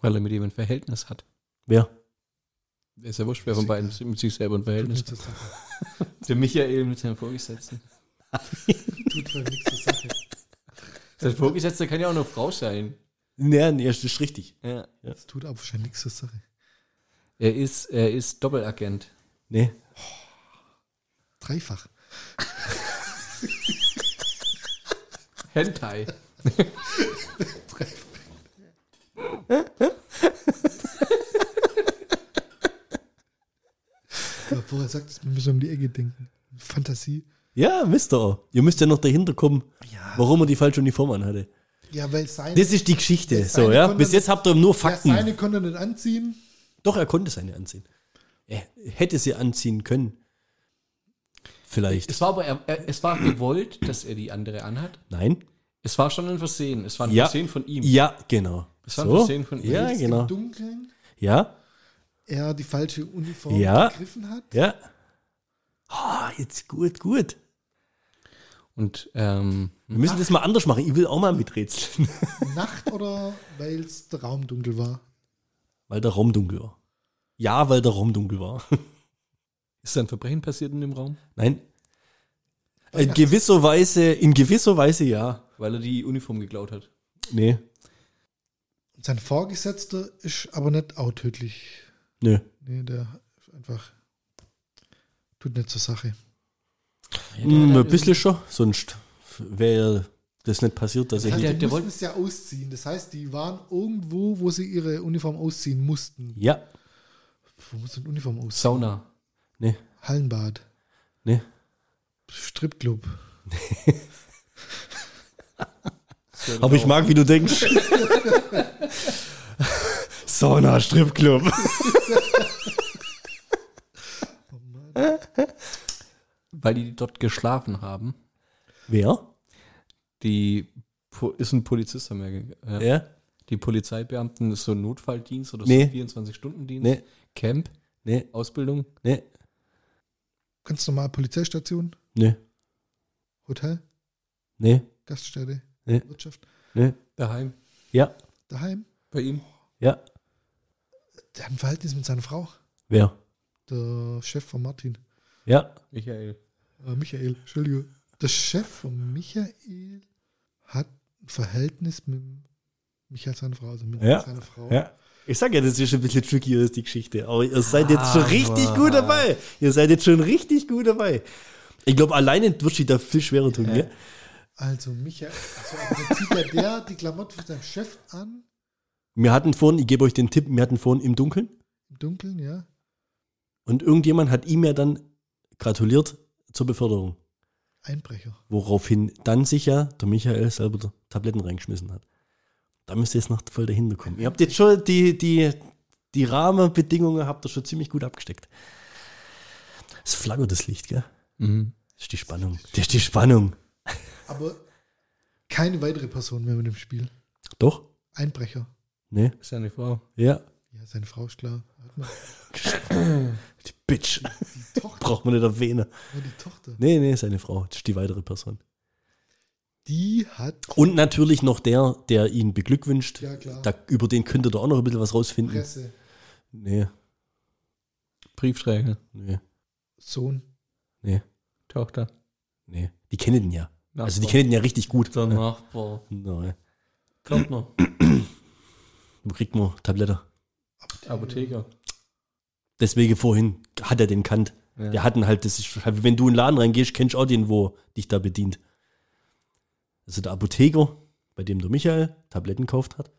Weil er mit ihm ein Verhältnis hat.
Wer?
Ist ja wurscht, wer von beiden mit sich selber ein
Tut
Verhältnis
nichts
hat.
zur Sache.
<laughs> Der Michael mit seinem Vorgesetzten.
Tut voll nichts zur Sache.
Sein Vorgesetzter kann ja auch eine Frau sein.
Nein, nee, das ist richtig.
Ja.
Das tut aber wahrscheinlich nichts zur Sache.
Er ist, er ist Doppelagent.
Nee.
Dreifach.
Hentai.
Ja, Vorher sagt es, wir müssen um die Ecke denken. Fantasie.
Ja, wisst ihr auch. Ihr müsst ja noch dahinter kommen, warum er die falsche Uniform anhatte.
Ja, weil seine,
Das ist die Geschichte.
Das
So,
eine
ja.
konnte-
Bis jetzt habt ihr nur
ja,
Fakten.
seine konnte er nicht anziehen.
Doch, er konnte seine anziehen. Er hätte sie anziehen können. Vielleicht.
Es war aber, er, er, es war gewollt, dass er die andere anhat.
Nein?
Es war schon ein Versehen. Es war ein
Ja.
Versehen von ihm.
Ja, genau.
Das war ein Versehen von ihm.
Ja,
Jetzt
genau.
Im Dunkeln
Ja?
er die falsche Uniform
Ja.
gegriffen hat.
Ja. Ah, jetzt gut, gut.
Und ähm,
Wir müssen das mal anders machen. Ich will auch mal miträtseln,
Nacht oder weil es der Raum dunkel war?
weil der Raum dunkel war. Ja, weil der Raum dunkel war. <laughs>
ist da ein Verbrechen passiert in dem Raum?
Nein. In gewisser Weise, in gewisser Weise ja.
Weil er die Uniform geklaut hat.
Nee,
Und sein Vorgesetzter ist aber nicht auch tödlich.
nö.
Nee, der ist einfach tut nicht zur Sache.
Hm,
halt
ein bisschen schon, sonst wäre das nicht passiert, dass ich
Also
nicht.
der-
die
der
mussten
wollte-
es ja ausziehen. Das heißt, die waren irgendwo, wo sie ihre Uniform ausziehen mussten.
Ja,
Wo muss denn Uniform ausziehen?
Sauna.
nee,
Hallenbad.
nee.
Stripclub.
Aber ich mag, wie du
<laughs>
denkst. Sauna, Stripclub.
Weil die dort geschlafen haben.
Wer?
Die Po- ist ein Polizist, haben wir ge- ja.
Ja?
Die Polizeibeamten ist so ein Notfalldienst oder
Nee.
so ein 24-Stunden-Dienst.
Nee,
Camp,
nee,
Ausbildung.
nee,
Ganz normal Polizeistation,
nee,
Hotel,
nee,
Gaststätte,
Nee.
Wirtschaft,
nee.
Daheim.
Ja,
daheim.
Bei ihm.
ja.
Der hat ein Verhältnis mit seiner Frau.
Wer?
Der Chef von Martin.
Ja.
Michael.
Äh, Michael, Entschuldigung. Der Chef von Michael hat ein Verhältnis mit Michael, seiner Frau. Also mit
Ja,
seiner Frau.
Ja. Ich sag ja, das ist ein bisschen tricky, ist die Geschichte. Aber ihr seid jetzt schon
Aber-
richtig gut dabei. Ihr seid jetzt schon richtig gut dabei. Ich glaube, alleine wird sie da viel schwerer tun, gell?
Also Michael, also aber dann zieht ja der die Klamotten von seinem Chef an,
Wir hatten vorhin, ich gebe euch den Tipp, wir hatten vorhin im Dunkeln
im Dunkeln, ja.
und irgendjemand hat ihm ja dann gratuliert zur Beförderung.
Einbrecher.
Woraufhin dann sicher der Michael selber Tabletten reingeschmissen hat. Da müsst ihr jetzt noch voll dahinter kommen. Ihr habt jetzt schon die, die, die Rahmenbedingungen habt ihr schon ziemlich gut abgesteckt. Es flackert das Licht, gell?
Mhm.
Das ist die Spannung. Das ist die Spannung.
Aber keine weitere Person mehr mit dem Spiel.
Doch?
Einbrecher.
Nee?
Ist ja eine Frau.
Ja.
Ja, seine Frau ist klar. Hat man
Die Bitch. <laughs>
die Tochter.
Braucht man nicht erwähnen.
Nur die Tochter.
Nee, nee, seine Frau. Das ist die weitere Person.
Die hat
Und natürlich noch der, der ihn beglückwünscht.
Ja, klar.
Da, über den könntet ihr auch noch ein bisschen was rausfinden.
Presse.
Nee,
Briefträger.
nee,
Sohn.
nee,
Tochter.
nee. Die kennen den ja.
Nachbar.
Also die kennen den ja richtig gut.
Der
Ja.
Nachbar.
Nein.
Kommt noch.
Wo kriegt man Tabletter?
Apotheker.
Deswegen vorhin hat er den kannt.
Ja.
Der hat ihn halt, das ist halt, wenn du in den Laden reingehst, kennst du auch den, wo dich da bedient. Also der Apotheker, bei dem der Michael Tabletten gekauft hat,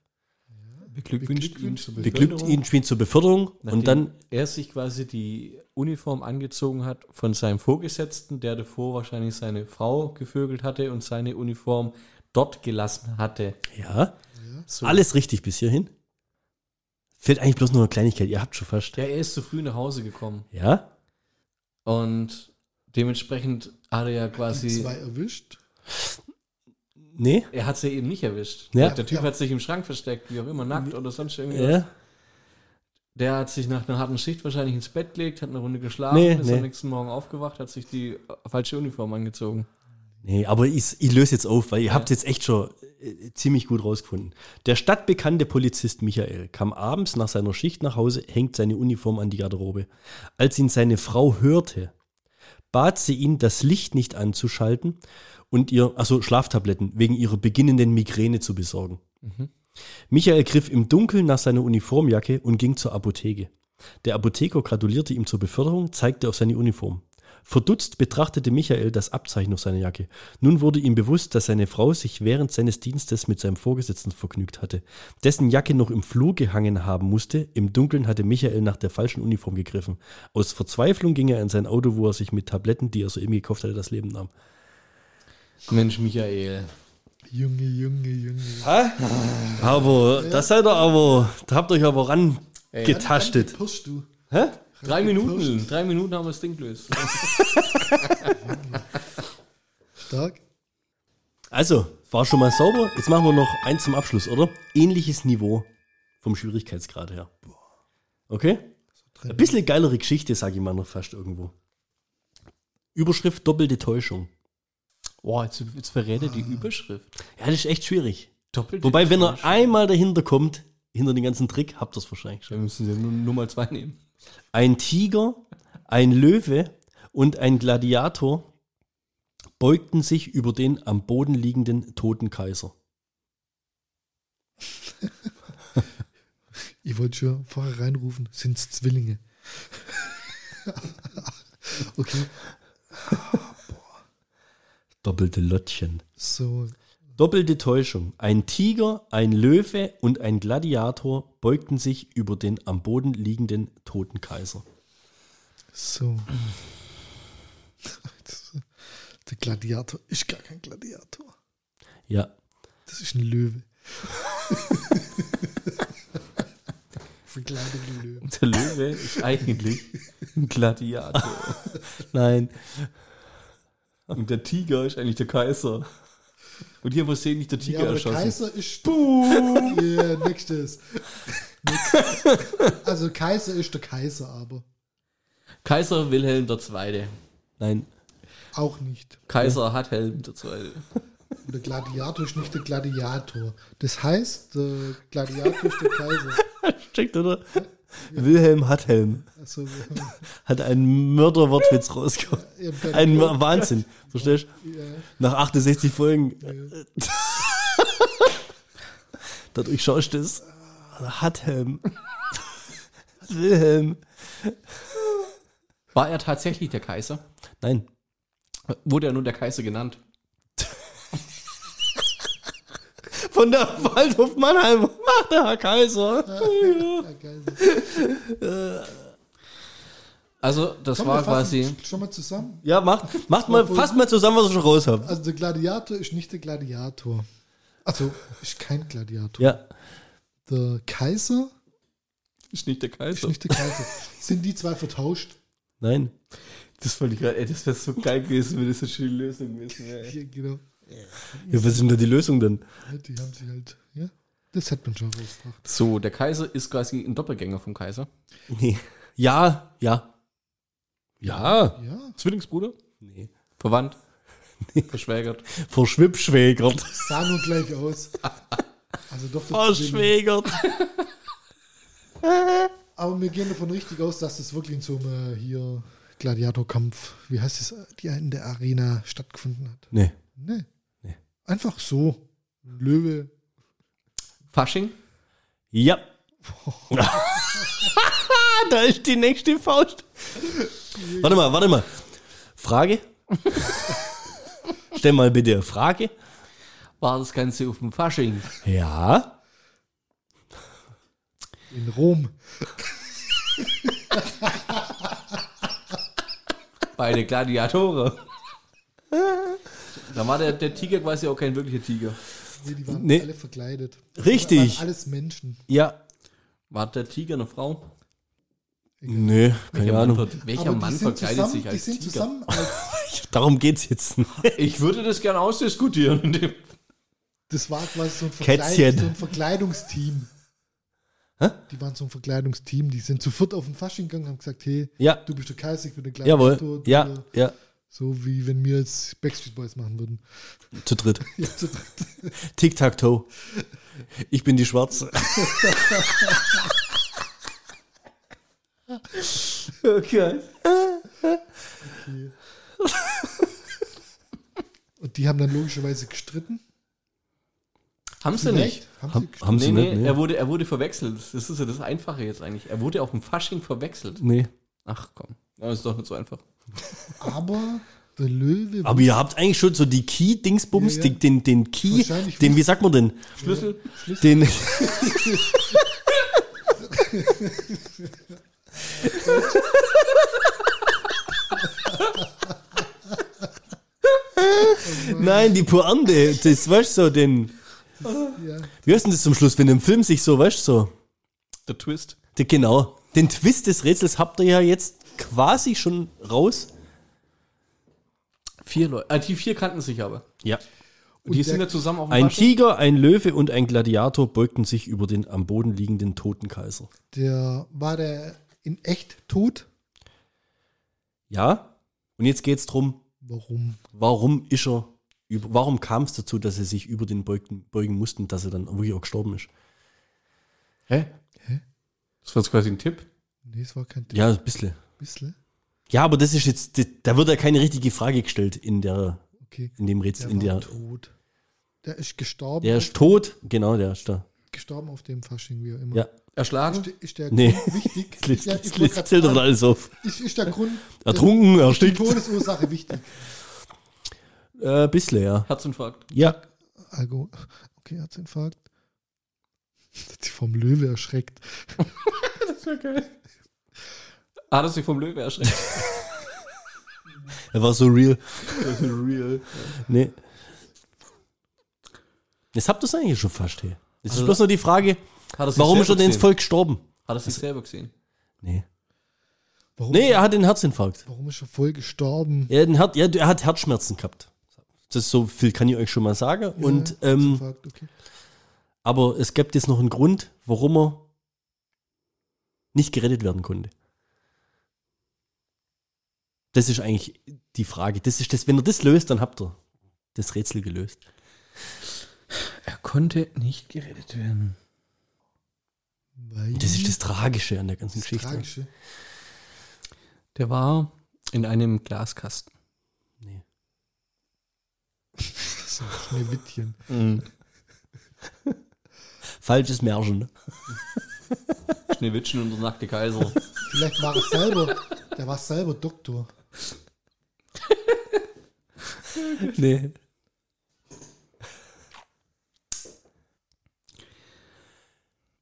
Beglückwünscht ihn
Beglückwünscht
zur
beglückt
Beförderung.
ihn spielt zur Beförderung
Nachdem
und dann,
er sich quasi die Uniform angezogen hat von seinem Vorgesetzten, der davor wahrscheinlich seine Frau gevögelt hatte und seine Uniform dort gelassen hatte.
ja,
So.
alles richtig bis hierhin. Fehlt eigentlich bloß noch eine Kleinigkeit, ihr habt schon fast.
Ja, er ist zu früh nach Hause gekommen
Ja?
und dementsprechend hat er ja
Die
quasi,
zwei erwischt.
Nee?
er hat sie eben nicht erwischt.
Ja.
Der Typ
Ja.
hat sich im Schrank versteckt, wie auch immer, nackt oder sonst irgendwas.
Ja?
Der hat sich nach einer harten Schicht wahrscheinlich ins Bett gelegt, hat eine Runde geschlafen,
Nee,
ist
nee.
am nächsten Morgen aufgewacht, hat sich die äh, falsche Uniform angezogen.
Nee, aber ich, ich löse jetzt auf, weil ihr habt jetzt echt schon äh, ziemlich gut rausgefunden. Der stadtbekannte Polizist Michael kam abends nach seiner Schicht nach Hause, hängt seine Uniform an die Garderobe. Als ihn seine Frau hörte, bat sie ihn, das Licht nicht anzuschalten und ihr, also Schlaftabletten, wegen ihrer beginnenden Migräne zu besorgen. Michael griff im Dunkeln nach seiner Uniformjacke und ging zur Apotheke. Der Apotheker gratulierte ihm zur Beförderung, zeigte auf seine Uniform. Verdutzt betrachtete Michael das Abzeichen auf seiner Jacke. Nun wurde ihm bewusst, dass seine Frau sich während seines Dienstes mit seinem Vorgesetzten vergnügt hatte, dessen Jacke noch im Flur gehangen haben musste. Im Dunkeln hatte Michael nach der falschen Uniform gegriffen. Aus Verzweiflung ging er in sein Auto, wo er sich mit Tabletten, die er soeben gekauft hatte, das Leben nahm.
Mensch, Michael.
Junge, Junge, Junge.
Aber das seid ihr aber, da habt euch aber
Dann
rangetastet.
Pirschst du.
Hä?
Drei Minuten, drei Minuten haben wir das Ding gelöst.
Stark.
Also, war schon mal sauber. Jetzt machen wir noch eins zum Abschluss, oder? Ähnliches Niveau vom Schwierigkeitsgrad her. Okay? Ein bisschen geilere Geschichte, sage ich mal noch fast irgendwo. Überschrift doppelte Täuschung.
<laughs> Boah, jetzt, jetzt verrät er die Überschrift.
Ja, das ist echt schwierig.
Ah. Doppelt.
Wobei, wenn er einmal dahinter kommt, hinter den ganzen Trick, habt ihr es wahrscheinlich schon.
Dann müssen sie nur, nur mal zwei nehmen.
Ein Tiger, ein Löwe und ein Gladiator beugten sich über den am Boden liegenden toten Kaiser.
Ich wollte schon vorher reinrufen, sind Zwillinge. <laughs> okay,
Doppelte Lottchen.
so.
Doppelte Täuschung. Ein Tiger, ein Löwe und ein Gladiator beugten sich über den am Boden liegenden toten Kaiser.
So. Das, der Gladiator ist gar kein Gladiator.
Ja,
Das ist ein Löwe. Verkleidete Löwe.
Der Löwe ist eigentlich ein Gladiator.
<laughs> nein.
Und der Tiger ist eigentlich der Kaiser. Und hier haben wir sehen, nicht der Tiger
Ja, aber der
erschossen.
Kaiser ist. Boom! yeah, nächstes. <laughs> Nächstes. also Kaiser ist der Kaiser, aber
Kaiser Wilhelm II.
Nein.
auch nicht.
Kaiser hat Helm II.
Und der Gladiator ist nicht der Gladiator. Das heißt, der Gladiator ist der Kaiser.
Checkt, oder? Wilhelm Hathelm
Also, <laughs>
hat einen Mörderwortwitz rausgehauen.
ihr habt keine
Ein
Ahnung.
Ma- Wahnsinn. Verstehst du? Nach 68 Folgen. <laughs> Dadurch schaust du es. Hathelm. <laughs> Wilhelm.
War er tatsächlich der Kaiser?
Nein.
Wurde er nur der Kaiser genannt?
Von der Waldhof Mannheim <laughs> macht der Herr Kaiser.
Ja, Kaiser.
Also, das
Komm,
war
wir fassen
quasi.
Schon mal zusammen.
Ja, macht, macht mal, fasst mal zusammen, was ich schon raus habe.
Also der Gladiator ist nicht der Gladiator. Also ist kein Gladiator.
Ja.
Der Kaiser
Ist nicht der
ist
Kaiser.
nicht der Kaiser. Sind die zwei vertauscht?
Nein.
das fand ich gerade, ey, das wäre so geil gewesen, wenn das so schöne Lösung gewesen wäre.
Hier, genau.
Ja, was ist denn da die Lösung denn?
Ja, Die haben sich halt. Ja, das hat man schon rausgebracht.
So, der Kaiser ist quasi ein Doppelgänger vom Kaiser.
Nee. Ja, ja. Ja.
Ja,
Zwillingsbruder?
Nee.
<laughs> Verwandt? Verschwägert?
Verschwippschwägert.
sah nun gleich aus. Also doch. der
Oh,
<laughs>
Zwilling.
Verschwägert.
Aber wir gehen davon richtig aus, dass das wirklich in so einem äh, hier Gladiatorkampf, wie heißt es, die in der Arena stattgefunden hat.
Nee.
Nee.
Nee.
Einfach so. Löwe.
Fasching?
Ja. <laughs> da ist die nächste Faust. Warte mal, warte mal. <laughs> Frage? Stell mal bitte eine Frage.
War das Ganze auf dem Fasching?
Ja.
In Rom.
Beide Gladiatore. da war der, der Tiger quasi auch kein wirklicher Tiger.
Nee, die waren
Nee.
alle verkleidet.
Richtig.
Waren alles Menschen.
Ja.
War der Tiger eine Frau?
Nö, keine
Mann
Ahnung.
ver- welcher Mann
sind
verkleidet
zusammen,
sich als
Die sind
Tiger?
zusammen als.
Darum geht's jetzt nicht.
Ich würde das gerne ausdiskutieren.
Das war quasi so ein,
Kätzchen.
so ein Verkleidungsteam.
Hä?
Die waren so ein Verkleidungsteam. Die sind zu viert auf den Fasching gegangen und haben gesagt: Hey,
<laughs> Ja.
du bist der Kaiser, ich bin der Gladiator.
Jawohl.
du-
Ja, ja.
So wie wenn wir jetzt Backstreet Boys machen würden.
Zu dritt.
Ja, zu dritt.
<laughs> Tic-Tac-Toe. Ich bin die Schwarze.
Okay.
und die haben dann logischerweise gestritten.
Haben sie nicht?
Haben sie
Haben,
gestritten?
haben
Nee,
sie
nee,
nicht? Nee.
Er, wurde, er wurde verwechselt. Das ist ja das Einfache jetzt eigentlich. Er wurde auch im Fasching verwechselt.
nee.
Ach komm, das ist doch nicht so einfach.
Aber der Löwe.
Aber ihr habt eigentlich schon so die Key-Dingsbums,
Ja, ja.
die- den, den Key,
Wahrscheinlich
den, wie sagt man denn?
Schlüssel?
Den. <laughs> Nein, die Pointe, das weißt du, so, den.
ja.
Wie heißt denn das zum Schluss, wenn im Film sich so, weißt du, so.
Der Twist.
Der, genau. Den Twist des Rätsels habt ihr ja jetzt quasi schon raus.
Vier Leute. Ah, die vier kannten sich aber.
Ja.
Und die
der-
sind ja zusammen auf dem
Ein
Fasching.
Tiger, ein Löwe und ein Gladiator beugten sich über den am Boden liegenden toten Kaiser.
Der war der in echt tot?
Ja? Und jetzt geht's drum,
Warum?
warum ist er über, warum kam es dazu, dass sie sich über den beugten, beugen mussten, dass er dann wirklich auch gestorben ist?
Hä?
Hä?
Das war jetzt quasi ein Tipp.
Nee, es war kein Tipp.
Ja, ein bisschen.
Bissle?
Ja, aber das ist jetzt, das- da wird ja keine richtige Frage gestellt in der,
Okay.
in dem Rätsel,
Der
in
war
der,
tot. Der ist gestorben.
der ist tot, genau, der ist da.
gestorben auf dem Fasching, wie auch immer.
Ja.
Erschlagen?
Ist, der- ist der
Nee.
Grund
<laughs>
wichtig?
Jetzt,
Ja, ich
jetzt,
wollte
jetzt
grad
zählt doch
fragen,
alles auf.
ist, ist
<laughs>
der Grund
Ertrunken,
die
erstickt.
Todesursache wichtig?
Äh, bisschen, ja.
Herzinfarkt.
Ja.
Alkohol. Okay, Herzinfarkt. Das hat sich vom Löwe erschreckt.
Das wäre geil. Ah, das ist vom Löwe erschreckt.
Er war so <laughs> real.
Das ist real.
Nee. Jetzt habt ihr es eigentlich schon fast, hey. Jetzt
Also-
ist bloß nur die Frage,
Hat er sich
warum ist er
selber
denn ins
gesehen?
Volk gestorben?
Hat er sich selber gesehen?
Nee.
Warum,
Nee, er hat einen Herzinfarkt.
warum ist er voll gestorben?
Er hat, einen Her- ja, er hat Herzschmerzen gehabt. Das ist so viel kann ich euch schon mal sagen. Und,
Ja,
ähm,
Herzinfarkt, okay.
aber es gibt jetzt noch einen Grund, warum er nicht gerettet werden konnte. Das ist eigentlich die Frage. Das ist das, wenn ihr das löst, dann habt ihr das Rätsel gelöst.
Er konnte nicht gerettet werden.
Weil
Das ist das Tragische an der ganzen Geschichte.
Tragische.
Der war in einem Glaskasten.
Nee.
Das sind Schneewittchen.
Falsches Märchen. ne?
Schneewittchen und der nackte Kaiser.
Vielleicht war er selber, der war selber Doktor.
nee.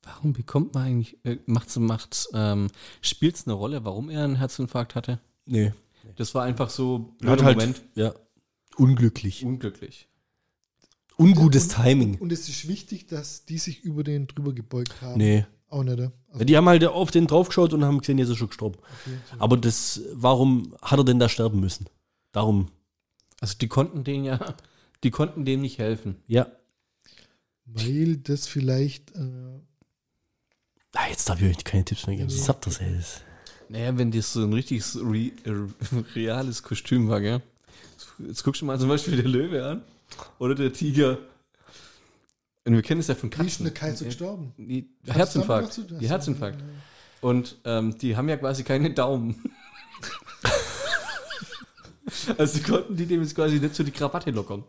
Warum bekommt man eigentlich, äh, macht's, macht's, ähm, spielt's eine Rolle, warum er einen Herzinfarkt hatte?
Nee.
Das war einfach so
Hat
blöder
halt,
Moment.
ja, unglücklich.
Unglücklich.
Ungutes
Und-
Timing.
Und es ist wichtig, dass die sich über den drüber gebeugt haben.
Nee.
Auch nicht. oder? Also,
Die haben halt auf den draufgeschaut und haben gesehen, jetzt ist er schon gestorben. Aber das, warum hat er denn da sterben müssen? Darum,
Also die konnten den ja, die konnten dem nicht helfen.
ja.
weil das vielleicht äh,
Ah, jetzt darf ich euch keine Tipps mehr geben. Jetzt habt ihr es. ey.
Naja, wenn das so ein richtiges re äh, reales Kostüm war, gell? Jetzt guckst du mal zum Beispiel der Löwe an oder der Tiger. Und wir kennen es ja von
wie ist denn
Katzen.
der Kaiser gestorben?
Die
Hast du damit was
Herzinfarkt.
zu tun?
Die
Ach so,
Herzinfarkt.
ja, ja.
Und ähm, die haben ja quasi keine Daumen. <laughs> also die konnten die dem jetzt quasi nicht so die Krawatte lockern.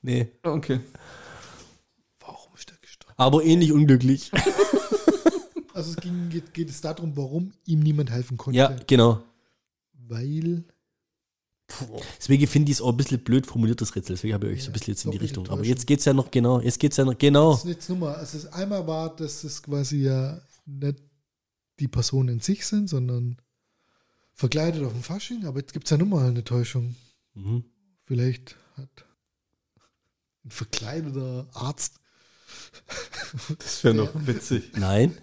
Nee.
Okay.
Warum ist der gestorben?
Aber ähnlich unglücklich.
Also es ging, geht, geht es darum, warum ihm niemand helfen konnte.
Ja, genau.
Weil
Deswegen finde ich es auch ein bisschen blöd formuliert, das Rätsel. Deswegen habe ich euch so ein
Ja,
bisschen jetzt in die
doppelt
Richtung. Aber
enttäuschend.
jetzt geht es ja noch genau. Jetzt geht es ja noch genau.
Das ist jetzt Nummer. Also das einmal war, dass es quasi ja nicht die Personen in sich sind, sondern verkleidet auf dem Fasching. Aber jetzt gibt es ja nun mal eine Täuschung.
Mhm.
Vielleicht hat ein verkleideter Arzt.
Das wäre noch <laughs> witzig.
Nein.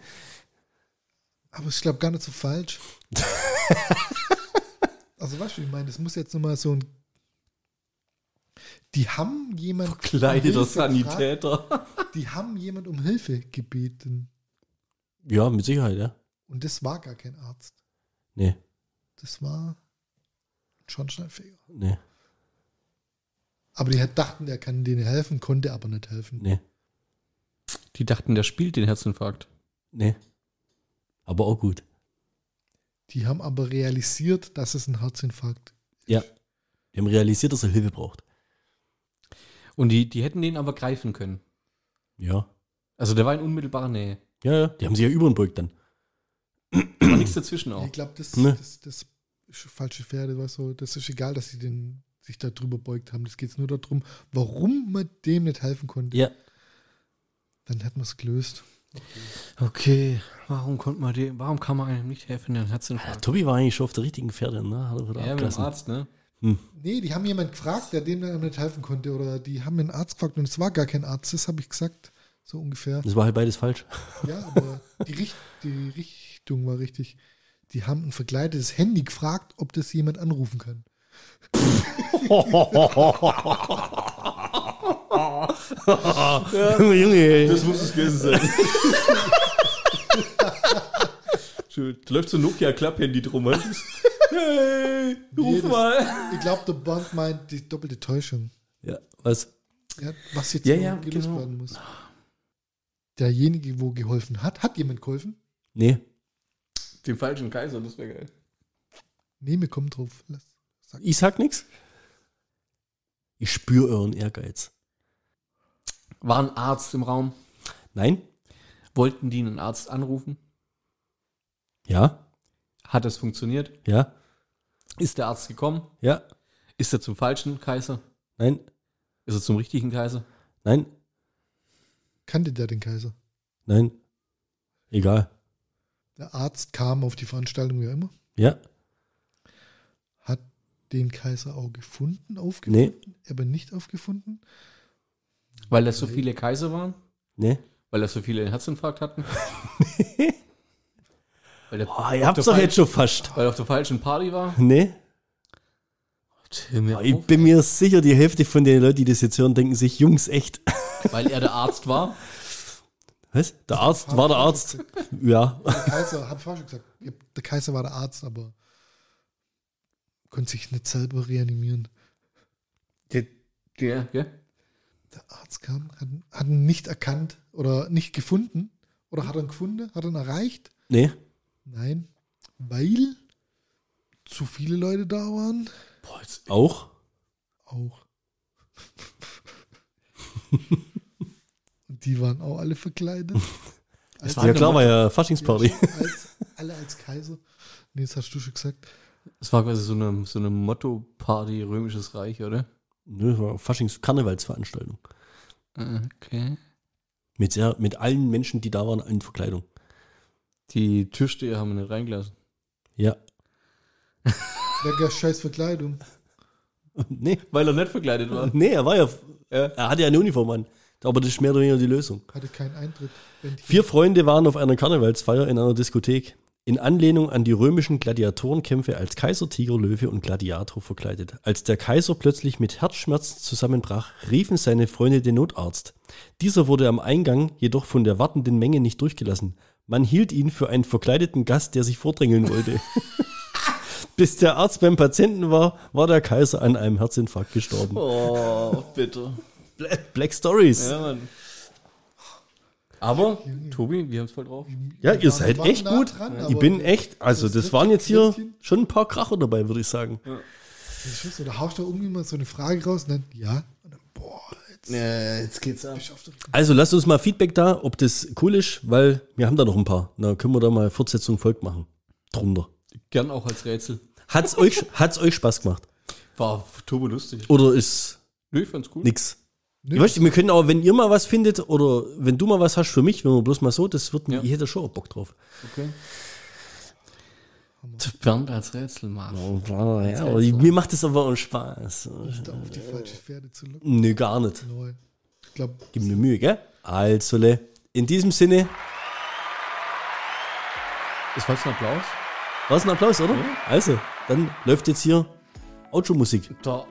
Aber ich glaube gar nicht so falsch. also weißt du, ich meine, das muss jetzt nochmal so ein. Die haben jemand
Kleideter
um Hilfe
Sanitäter.
gefragt, Die haben jemand um Hilfe gebeten.
Ja, mit Sicherheit, ja.
Und das war gar kein Arzt.
Nee.
Das war ein Schornsteinfeger.
Nee.
Aber die hat- dachten, er kann denen helfen, konnte aber nicht helfen.
Nee.
Die dachten, der spielt den Herzinfarkt.
Nee. Aber auch gut.
Die haben aber realisiert, dass es ein Herzinfarkt
Ja. Die haben realisiert, dass er Hilfe braucht.
Und die, die hätten den aber greifen können.
Ja.
Also der war in unmittelbarer Nähe.
Ja, ja. Die haben sich ja über den Beugt dann.
Da war nichts dazwischen auch.
Ich glaube, das,
Nee.
das, das ist falsche Pferde, weißt du, das ist egal, dass sie den, sich da drüber beugt haben. Es geht nur darum, warum man dem nicht helfen konnte.
Ja.
Dann hat man es gelöst.
Okay, warum konnte man den, warum kann man einem nicht helfen, der
Ja,
Herzinfarkt?
Äh, Tobi war eigentlich schon auf der richtigen Pferde, ne? Hat er wieder
Ja, mit dem
abgelassen.
Arzt, ne?
Nee, die haben jemanden gefragt, der dem dann nicht helfen konnte. Oder die haben einen Arzt gefragt und es war gar kein Arzt, das habe ich gesagt. So ungefähr.
Das war halt beides falsch.
Ja, aber die, Richt die Richtung war richtig. Die haben ein verkleidetes Handy gefragt, ob das jemand anrufen kann.
<laughs> Junge, Junge, ey.
muss es gewesen sein. Schön. Da läuft so ein Nokia-Klapphandy drum. Hey, ruf
Nee, das-
mal.
Ich glaube, der Bond meint die doppelte Täuschung.
Ja, was?
Ja, was jetzt
Ja,
noch
ja,
gelöst
genau.
werden muss. Derjenige, wo geholfen hat, hat jemand geholfen?
Nee.
Dem falschen Kaiser, das wäre geil.
Nee, wir kommen drauf. Lass, sag.
Ich sag nichts. Ich spüre euren Ehrgeiz.
War ein Arzt im Raum?
Nein?
Wollten die einen Arzt anrufen?
Ja?
Hat das funktioniert?
Ja?
Ist der Arzt gekommen?
Ja?
Ist er zum falschen Kaiser?
Nein?
Ist er zum richtigen Kaiser?
Nein?
Kannte der den Kaiser?
Nein? Egal.
Der Arzt kam auf die Veranstaltung wie immer.
Ja?
Hat den Kaiser auch gefunden,
Nee?
aufgefunden, aber
<laughs>
nicht aufgefunden.
Weil das so viele Kaiser waren?
Nee?
Weil das so viele einen Herzinfarkt <laughs> hatten? weil, der,
Oh, ihr habt's doch jetzt schon fast.
weil er auf der falschen Party war?
Nee? Ich bin mir sicher, die Hälfte von den Leuten, die das jetzt hören, denken sich, Jungs, echt. <laughs>
Weil er der Arzt <laughs> war?
Was? Der Arzt war der
<laughs>
Arzt. Ja.
Der Kaiser, hab ich vorher schon gesagt, Ja, der Kaiser war der Arzt, aber konnte sich nicht selber reanimieren.
Der, der, gell?
Der Arzt kam, hat, hat ihn nicht erkannt oder nicht gefunden. Oder hat er ihn gefunden? Hat er ihn erreicht?
Nee?
Nein, weil zu viele Leute da waren.
Boah, jetzt,
Auch?
Auch. Und die waren auch
<laughs>
alle verkleidet. Als,
war
Ja klar,
eine-
war ja Faschingsparty.
als, alle als Kaiser. Nee, das hast du schon gesagt.
das war quasi so eine, so eine Motto-Party, Römisches Reich, oder?
Nö, war Faschings-Karnevalsveranstaltung.
Okay.
Mit, sehr, mit allen Menschen, die da waren, in Verkleidung.
Die Türsteher haben ihn nicht reingelassen.
Ja. <laughs>
Ja, gar scheiß Verkleidung.
Nee.
Weil er nicht verkleidet war.
Nee, er war ja. Er hatte ja eine Uniform an. Aber das ist mehr oder weniger die Lösung.
Hatte keinen Eintritt. Wenn die-
Vier Freunde waren auf einer Karnevalsfeier in einer Diskothek. In Anlehnung an die römischen Gladiatorenkämpfe als Kaiser, Tiger, Löwe und Gladiator verkleidet. Als der Kaiser plötzlich mit Herzschmerzen zusammenbrach, riefen seine Freunde den Notarzt. Dieser wurde am Eingang jedoch von der wartenden Menge nicht durchgelassen. Man hielt ihn für einen verkleideten Gast, der sich vordrängeln wollte. <laughs> Bis der Arzt beim Patienten war, war der Kaiser an einem Herzinfarkt gestorben.
Oh, bitte.
Bla- Black Stories.
Ja, Mann. Aber, Tobi, wir haben es voll drauf.
Ja, ihr
Ja,
seid
wir waren
echt
nah
gut.
dran,
ich
aber
bin echt, also
das
das,
dritte
waren jetzt hier
Plätzchen-
schon ein paar Kracher dabei, würde ich sagen.
Das ist so, da haust du irgendwie mal so eine Frage raus und dann, ja. Und dann, boah, jetzt
jetzt geht's ab.
bist du auf der richtigen
Also lasst uns mal Feedback da, ob das cool ist, weil wir haben da noch ein paar. Na, können wir da mal Fortsetzung folgt machen. Drunter.
Gern auch als Rätsel.
Hat's
<laughs>
euch, hat's euch Spaß gemacht?
War turbo lustig.
Oder ist
Nö, ich fand's cool.
nix?
Nö.
Ihr wisst, wir können auch, wenn ihr mal was findet oder wenn du mal was hast für mich, wenn wir bloß mal so, das wird mir,
Ja.
ich hätte schon auch Bock drauf.
Okay. Bernd als Rätsel mag.
Ja, aber
also.
mir macht das aber auch Spaß.
da auf die falsche Pferde zu locken.
Nö, gar nicht.
Neu. Ich glaube,
Gib mir Mühe, gell? Also, le. in diesem Sinne,
Ist falls ein Applaus?
war es ein Applaus, oder? Also, dann läuft jetzt hier Outro-Musik.
Da.